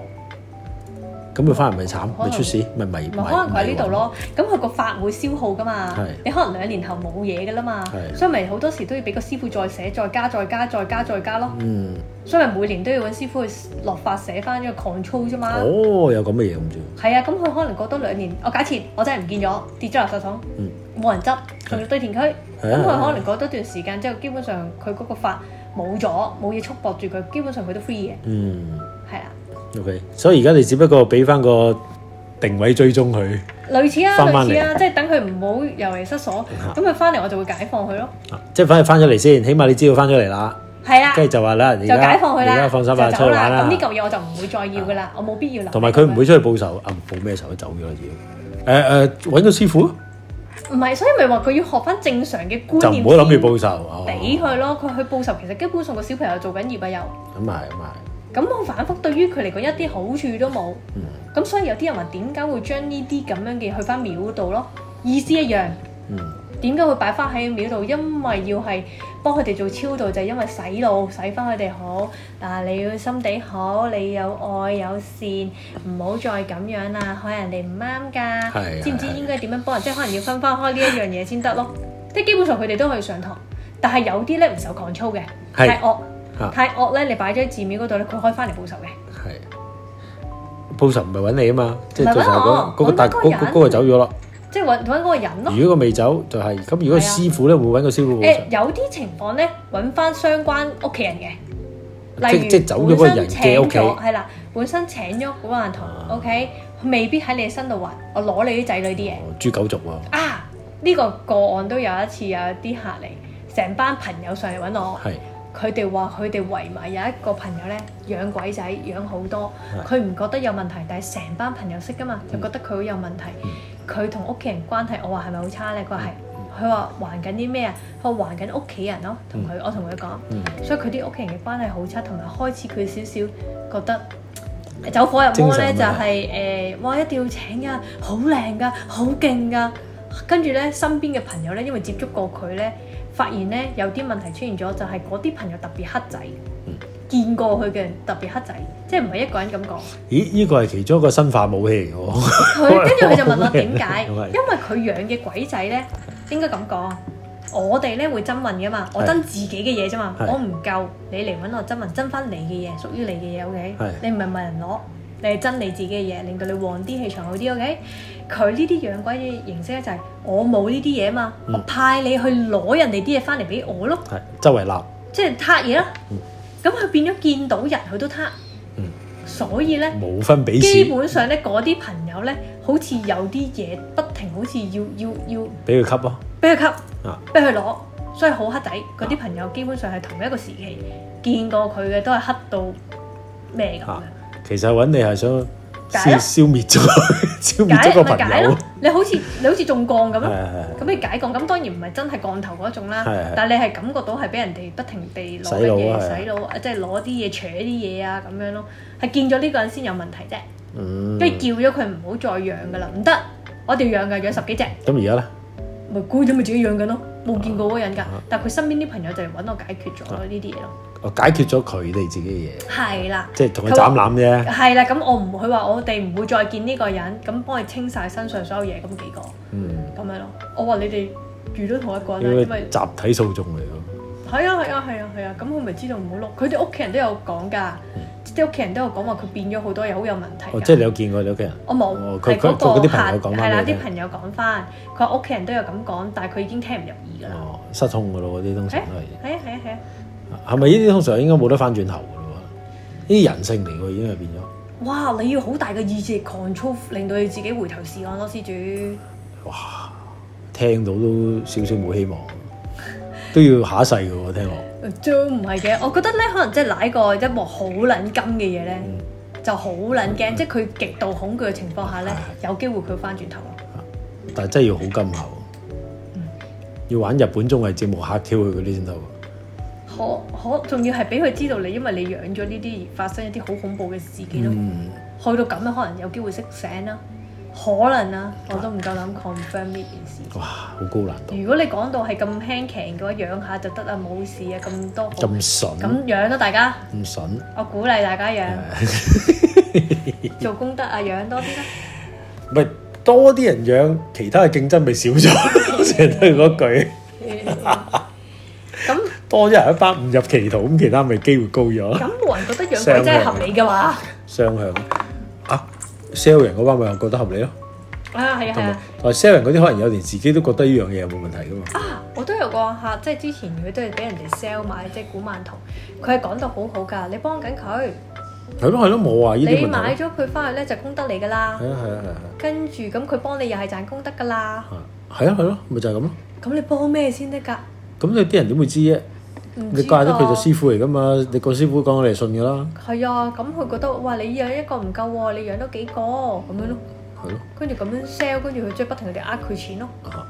B: 咁佢翻嚟咪慘，
A: 可能
B: 咪出事，咪咪咪
A: 唔係可能佢喺呢度咯，咁佢個法會消耗噶嘛
B: 係，
A: 你可能兩年後冇嘢噶啦嘛，
B: 係
A: 所以咪好多時都要俾個師傅再寫、再加、再加、再加、再加咯，
B: 嗯，
A: 所以咪每年都要揾師傅去落法寫翻呢個 control 啫嘛。
B: 哦，有咁嘅嘢咁啫，
A: 係啊，咁佢可能過多兩年，我假設我真係唔見咗，跌咗垃圾桶
B: 嗯，
A: 冇人執，仲要堆填區，咁
B: 係
A: 佢
B: 啊
A: 可能過多段時間之後，基本上佢嗰個法冇咗，冇嘢束縛住佢，基本上佢都 free 嘅，
B: 嗯
A: 係啊啦。
B: ，OK，所以而家你只不過俾翻個定位追蹤佢，
A: 類似啊，
B: 翻返
A: 類
B: 嚟
A: 似啊，即係等佢唔好游離失所，咁佢翻嚟我就會解放佢咯。
B: 啊即係反而翻咗嚟先，起碼你知道翻咗嚟啦，
A: 係啊啦，
B: 跟住就話啦，你而
A: 就
B: 家
A: 解放佢
B: 你而
A: 啦，
B: 家放心啦，
A: 就
B: 出
A: 走
B: 去
A: 啦。
B: 玩
A: 咁呢
B: 啦，啊
A: 嚿嘢我就唔會再要噶啦，我冇必要留。
B: 同埋佢唔會，出去報仇，啊報咩仇都走咗啦要，誒誒揾個師傅
A: 唔係，所以咪話佢要學翻正常嘅觀
B: 就
A: 念
B: 唔好諗住
A: 先
B: 報仇，哦
A: 俾佢咯。佢去報仇其實基本上個小朋友做緊業啊又，
B: 咁啊係咁啊
A: 咁我反覆對於佢嚟講一啲好處都冇。
B: 嗯
A: 咁所以有啲人話點解會將呢啲咁樣嘅去翻廟度咯？意思一樣。
B: 係，嗯
A: 點解會擺翻喺廟度？因為要係幫佢哋做超度，就係、因為洗腦，洗翻佢哋好。嗱、你要心地好，你有愛有善，唔好再咁樣啦，害人哋唔啱
B: 係
A: 㗎。知唔知
B: 係係
A: 應該點樣幫人？即係可能要分翻開呢一樣嘢先得咯。即係基本上佢哋都可以上堂，但係有啲咧唔受 control 嘅，
B: 係啊
A: 太惡
B: 嚇
A: 太惡咧，你擺咗喺寺廟嗰度咧，佢可以翻嚟報仇嘅。
B: 係。報仇唔係揾你啊嘛，即係
A: 唔係
B: 到時
A: 揾
B: 候
A: 我
B: 嗰嗰個大
A: 揾嗰個
B: 嗰
A: 人哦
B: 嗰嗰個走咗啦。
A: 即係揾揾嗰個人咯。
B: 如果佢未走就係咁，如
A: 係
B: 果
A: 啊
B: 師傅咧會揾個師
A: 誒、
B: 傅報仇。
A: 有啲情況咧，揾翻相關屋企人嘅。例
B: 即
A: 如
B: 即走咗嗰個人嘅屋
A: 本身請咗
B: 企，
A: 係啦，本身請咗古惑堂
B: 啊
A: ，OK，未必喺你身度還，我攞你啲仔女啲嘢
B: 哦豬狗族喎，
A: 啊！呢、個個案都有一次有啲客嚟，成班朋友上嚟揾我，
B: 係
A: 佢哋話佢哋圍埋有一個朋友咧養鬼仔養好多，
B: 係嗯
A: 佢唔覺得有問題，但係成班朋友識噶嘛，就覺得佢好有問題。佢同屋企人關係，我話係咪好差咧？佢話係，佢話還緊啲咩啊？佢話還緊屋企人咯，同佢我同佢講，
B: 嗯，
A: 所以佢啲屋企人嘅關係好差，同埋開始佢少少覺得。走火入魔咧
B: 嗯精神問題啊
A: 就係、誒、哇！一定要請啊，好靚噶，好勁噶。跟住咧，身邊嘅朋友咧，因為接觸過佢咧，發現咧有啲問題出現咗，就係嗰啲朋友特別黑仔，
B: 嗯
A: 見過佢嘅人特別黑仔，即係唔係一個人咁講。
B: 咦？呢個係其中一個生化武器嚟嘅喎。
A: 佢跟住佢就問我點 解，因
B: 因為
A: 為佢養嘅鬼仔咧，應該咁講，我哋咧會爭問噶嘛，我爭自己嘅嘢啫嘛，
B: 係
A: 我唔夠，你嚟揾我爭問，爭翻你嘅嘢，屬於你嘅嘢，OK？
B: 係
A: 你唔係問人攞，你係爭你自己嘅嘢，令到你旺啲氣場好啲，OK？佢呢啲養鬼嘅形式咧就係我冇呢啲嘢嘛，
B: 嗯
A: 我派你去攞人哋啲嘢翻嚟俾我咯。
B: 係周圍立，
A: 即係撻嘢啦
B: 嗯。
A: 咁佢變咗見到人佢都撻
B: 嗯，
A: 所以咧
B: 冇分彼
A: 基
B: 此，
A: 本上咧嗰啲朋友咧，好似有啲嘢不停，好似要要要
B: 俾佢吸咯。
A: 俾佢吸
B: 啊，
A: 俾佢攞，所以好黑仔嗰啲朋友基本上係同一個時期見過佢嘅，都係黑到咩咁樣
B: 啊。其實揾你係想
A: 解
B: 消
A: 啊
B: 消滅咗佢，消滅咗個
A: 咪
B: 朋
A: 解
B: 友
A: 咯。，你好似你好似中降咁
B: 係
A: 咯。
B: 係係
A: 咁你解降咁當然唔係真係降頭嗰種啦
B: 係係，
A: 但係你係感覺到係俾人哋不停地攞
B: 洗
A: 嘅
B: 腦啊
A: 嘢
B: 係啊
A: 洗腦啊，即係攞啲嘢扯啲嘢啊咁樣咯，係見咗呢個人先有問題啫，
B: 嗯。
A: 跟住叫咗佢唔好再養噶啦，唔得，我哋養㗎，養十幾隻，
B: 咁而家咧，
A: 咪估咗咪自己養緊咯，冇見過嗰個人㗎
B: 啊，
A: 但係佢身邊啲朋友就嚟揾我解決咗呢啲嘢咯，
B: 我解決咗佢哋自己嘅嘢，
A: 係啦。
B: 即係同佢斬
A: 啊
B: 攬啫。
A: 係啦，咁我唔佢話我哋唔會再見呢個人，咁幫佢清晒身上所有嘢，咁幾個
B: 嗯，
A: 咁樣咯。我話你哋遇到同一個人啦，
B: 應
A: 哦因
B: 該
A: 為
B: 集體訴訟嚟咯。
A: 係啊係啊係啊係啊，咁佢咪知道唔好碌。佢哋屋企人都有講㗎，啲屋企人都有講話佢變咗好多嘢，好有問題㗎。
B: 哦，即係你有見過你屋企人？
A: 我冇
B: 哦，
A: 係
B: 佢
A: 嗰
B: 佢佢嗰啲朋友
A: 客
B: 講
A: 係啦，
B: 翻俾你
A: 啲
B: 聽
A: 朋友講翻，佢話屋企人都有咁講，但係佢已經聽唔入耳㗎啦。
B: 哦，失控噶咯，嗰啲通常都係。
A: 係啊係啊係啊！
B: 係咪呢啲通常應該冇得翻轉頭噶咯？呢啲人性嚟喎，已經係變咗。
A: 哇！你要好大嘅意志力 control，令到你自己回頭是岸咯，施主。
B: 哇，聽到都少少冇希 望，都要下一世噶喎，聽落。
A: 都唔係嘅，我覺得咧，可能即係舐過一幕好撚金嘅嘢咧，
B: 嗯
A: 就好撚驚，即係佢極度恐懼嘅情況下咧，有機會佢翻轉頭咯。
B: 但係真係要好金口，
A: 嗯
B: 要玩日本綜藝節目嚇 Q 佢嗰啲先得喎。
A: 可可仲要係俾佢知道你，因為你養咗呢啲而發生一啲好恐怖嘅事件咯。
B: 嗯，
A: 去到咁樣，可能有機會識醒啦，可能啦，
B: 啊
A: 我都唔夠膽 confirm 呢件事。
B: 哇，好高難度，
A: 如果你講到係咁輕騎嘅話，養下就得啦，冇事啊，咁多好
B: 咁筍，
A: 咁養啦，大家，
B: 咁筍。
A: 我鼓勵大家養，做功德啊，養多啲啦。
B: 唔係多啲人養，其他嘅競爭咪少 咗。成日都係嗰句，
A: 咁
B: 多咗人一班唔入歧途，咁其他咪機會高咗。
A: 咁冇人覺得養鬼真係合理嘅話，啊
B: 雙向啊，sell 人嗰班咪又覺得合理咯。
A: 係啊
B: 同
A: 係
B: 埋
A: 啊，
B: 同埋 sell 人嗰啲可能有時自己都覺得呢樣嘢有冇問題噶嘛。
A: 啊我都有個客，即係之前佢都係俾人哋 sell 買即係古曼童，佢係講到好好㗎，你幫緊佢，
B: 係咯係咯，冇話呢啲
A: 你
B: 問
A: 買
B: 題。
A: 咗佢翻去咧就功德嚟㗎啦，
B: 係啊係啊係啊
A: 跟住咁佢幫你又係賺功德㗎啦，
B: 係啊，係啊係咯，咪就係咁咯。
A: 咁你幫咩先得㗎？
B: 咁你啲人點會知啫？
A: 唔
B: 你
A: 知
B: 怪得佢
A: 㗎
B: 做師傅嚟噶嘛？你個師傅講你係信噶啦，
A: 係啊，咁佢覺得哇，你養一個唔夠喎，你養多幾個咁樣咯，
B: 係咯。
A: 跟住咁樣 sell，跟住佢即係不停佢哋呃佢錢咯，
B: 啊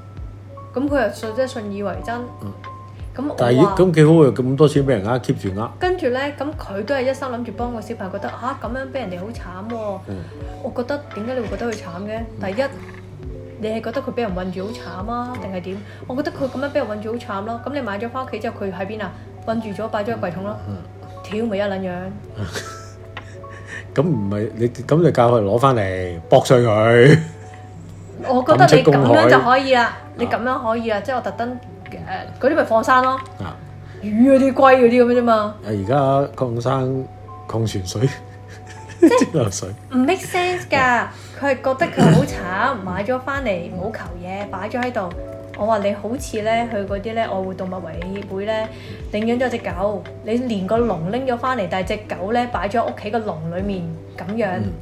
A: 咁佢又信即係信以為真
B: 嗯。
A: 咁
B: 但係
A: 我話
B: 咁幾好喎，咁多錢俾人呃 keep 住呃。
A: 跟住咧，咁佢都係一心諗住幫個小朋友，覺得啊吓咁、樣俾人哋好慘喎、
B: 嗯
A: 我覺得點解你會覺得佢慘嘅？第一，你係覺得佢俾人韞住好慘啊，定係點？我覺得佢咁樣俾人韞住好慘咯。咁你買咗翻屋企之後，佢喺邊啊？韞住咗，擺咗喺櫃桶咯。
B: 嗯
A: 跳咪一撚樣。
B: 咁唔係你咁就教佢攞翻嚟搏碎佢，
A: 我覺得你咁樣就可以啦，
B: 抌出公海啊
A: 你咁樣可以啦，即係我特登誒嗰啲咪放生咯，
B: 啊！
A: 魚嗰啲、龜嗰啲咁樣啫嘛，
B: 而家礦山礦泉水、 蒸餾水，
A: 唔 make sense 㗎。佢係覺得佢好慘，買咗翻嚟冇求嘢，擺咗喺度。我話你好似咧，佢嗰啲咧愛護動物維協會咧領養咗只狗，你連個籠拎咗翻嚟，但係只狗咧擺咗喺屋企個籠裡面咁樣
B: 嗯，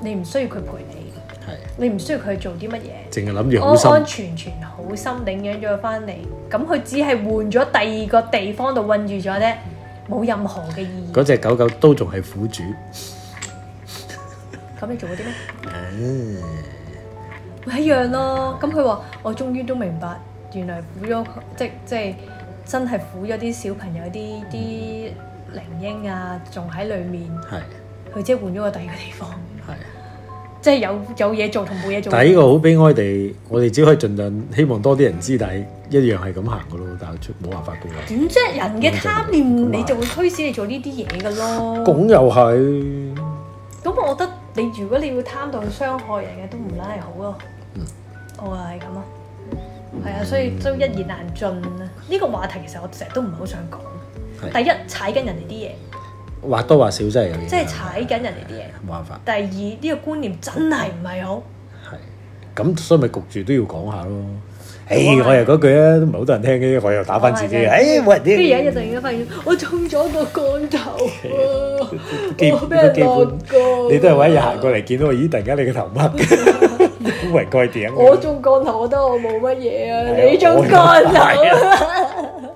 A: 你唔需要佢陪你，
B: 係
A: 你唔需要佢做啲乜嘢。
B: 淨係諗住好
A: 安安
B: 心，
A: 全全好心領養咗佢翻嚟，咁佢只係換咗第二個地方度困住咗啫，冇任何嘅意義。
B: 嗰只狗狗都仲係苦主。
A: 咁你做咗啲咩？咪一樣咯。咁佢話我終於都明白，原來苦咗即即係真係苦咗啲小朋友啲啲靈嬰啊，仲喺裡面，
B: 係
A: 佢即係換咗個第二個地方，
B: 係。
A: 即係有有嘢做同冇嘢做。
B: 但係呢個好悲哀地，我哋只可以盡量希望多啲人知，但係一樣係咁行嘅咯，但係出冇辦法嘅喎。
A: 點啫？人嘅貪念，你就會推使你做呢啲嘢噶咯。
B: 咁又係，
A: 咁我覺得你如果你要貪到傷害人嘅，都唔撚係好咯。
B: 嗯
A: 我話係咁啊，係啊，所以都一言難盡啊。呢個話題其實我成日都唔係好想講。
B: 係
A: 第一踩緊人哋啲嘢，
B: 或多或少真係有嘢。
A: 即係踩緊人哋啲嘢。
B: 冇辦法，
A: 第二呢個觀念真係唔係好，
B: 係咁，所以咪焗住都要講下咯。
A: 講
B: 誒，
A: 下
B: 我又嗰句咧，都唔係好多人聽嘅，我又打翻自己哎嘅。
A: 講下啫
B: 誒，冇人
A: 跟住有一日
B: 聽
A: 突。然間發現我中咗個降頭啊！
B: 基
A: 我俾人
B: 基本
A: 落過，
B: 你都係為一日行過嚟見到我，咦！突然間你個頭乜，烏雲蓋頂。
A: 我 中降頭，我覺得我冇乜嘢啊！
B: 係啊
A: 你中降
B: 我係
A: 頭。啊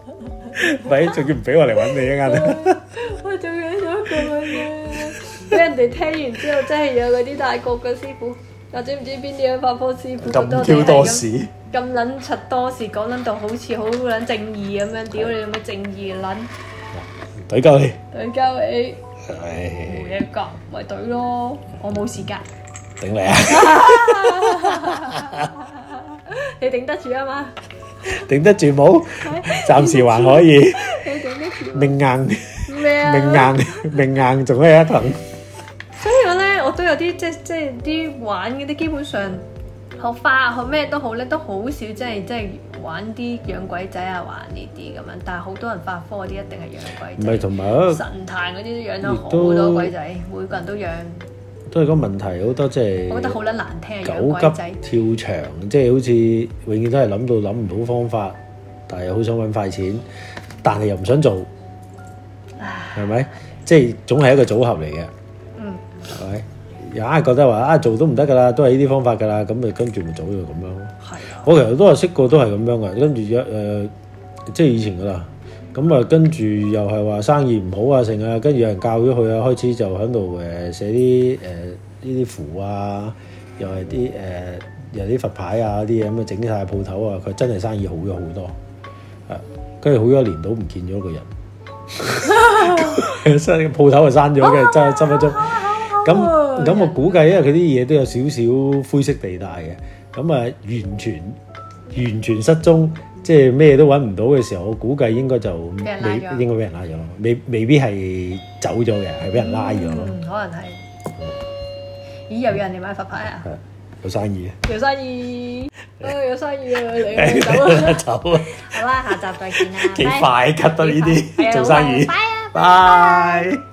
B: 咪仲要唔俾我嚟揾你一間啊？
A: 我做緊咗咁樣咧，俾人哋聽完之後，真係有嗰啲大國嘅師傅，或者唔知邊啲嘅法科師傅覺得
B: 咁
A: 我哋係
B: Q 多事，
A: 咁撚柒多事，講撚到好似好撚正義咁樣，屌你有咩正義撚？
B: 懟鳩你。
A: 對交你冇
B: 唉，
A: 嘢講，咪對咯，我冇時間，
B: 頂你啊！
A: 你頂得住啊嘛？
B: 頂得住冇？暫時還可以，
A: 你頂得住
B: 命硬
A: 咩啊？
B: 命硬命硬仲係一藤。
A: 所以我咧，我都有啲即即係啲玩嗰啲，基本上學化學咩都好咧，都好少即係即係玩啲養鬼仔啊，玩呢啲咁樣。但係好多人法科嗰啲一定係
B: 唔
A: 養鬼
B: 係
A: 仔，
B: 同埋啊
A: 神壇嗰啲都養咗好
B: 亦都
A: 多鬼仔，每個人都養。
B: 都係個問題，好多即係
A: 我覺得好撚難聽啊，養
B: 狗
A: 鬼仔。
B: 急跳牆，即係好似永遠都係諗到諗唔到方法，但係又好想揾快錢，但係又唔想做，
A: 唉
B: 係咪？即係總係一個組合嚟嘅，
A: 嗯，
B: 係咪？又硬係覺得話啊做都唔得㗎啦，都係呢啲方法㗎啦，咁咪跟住咪做就咁樣咯。
A: 係啊，
B: 我其實都係識過，都係咁樣嘅。跟住一誒，即係以前噶啦。咁啊，跟住又係話生意唔好啊，成啊，跟住有人教咗佢啊，開始就喺度誒寫啲誒呢啲符啊，又係啲誒又係啲佛牌啊嗰啲嘢咁啊，整晒鋪頭啊，佢真係生意好咗好多。啊，跟住好咗一年都唔見咗個
A: 啊
B: 人，真係鋪頭就閂咗嘅，真係執一執。咁啊咁我估計，因為佢啲嘢都有少少灰色地帶嘅，咁啊完全完全失蹤，即係咩都揾唔到嘅時候，我估計應該就未
A: 俾人拉咗
B: 應該俾人拉咗咯，未未必係走咗嘅，係俾人拉咗咯，
A: 嗯可能係。咦？又有人嚟買佛牌啊？
B: 係有生意
A: 有生 意，啊有生意啊！你走啊！
B: 啊， 走啊，
A: 好啦，下集再見啦，
B: 幾
A: 拜
B: 快 cut 得呢
A: 係啊
B: 啲做
A: 好
B: 生意
A: 拜，拜啊！
B: 拜。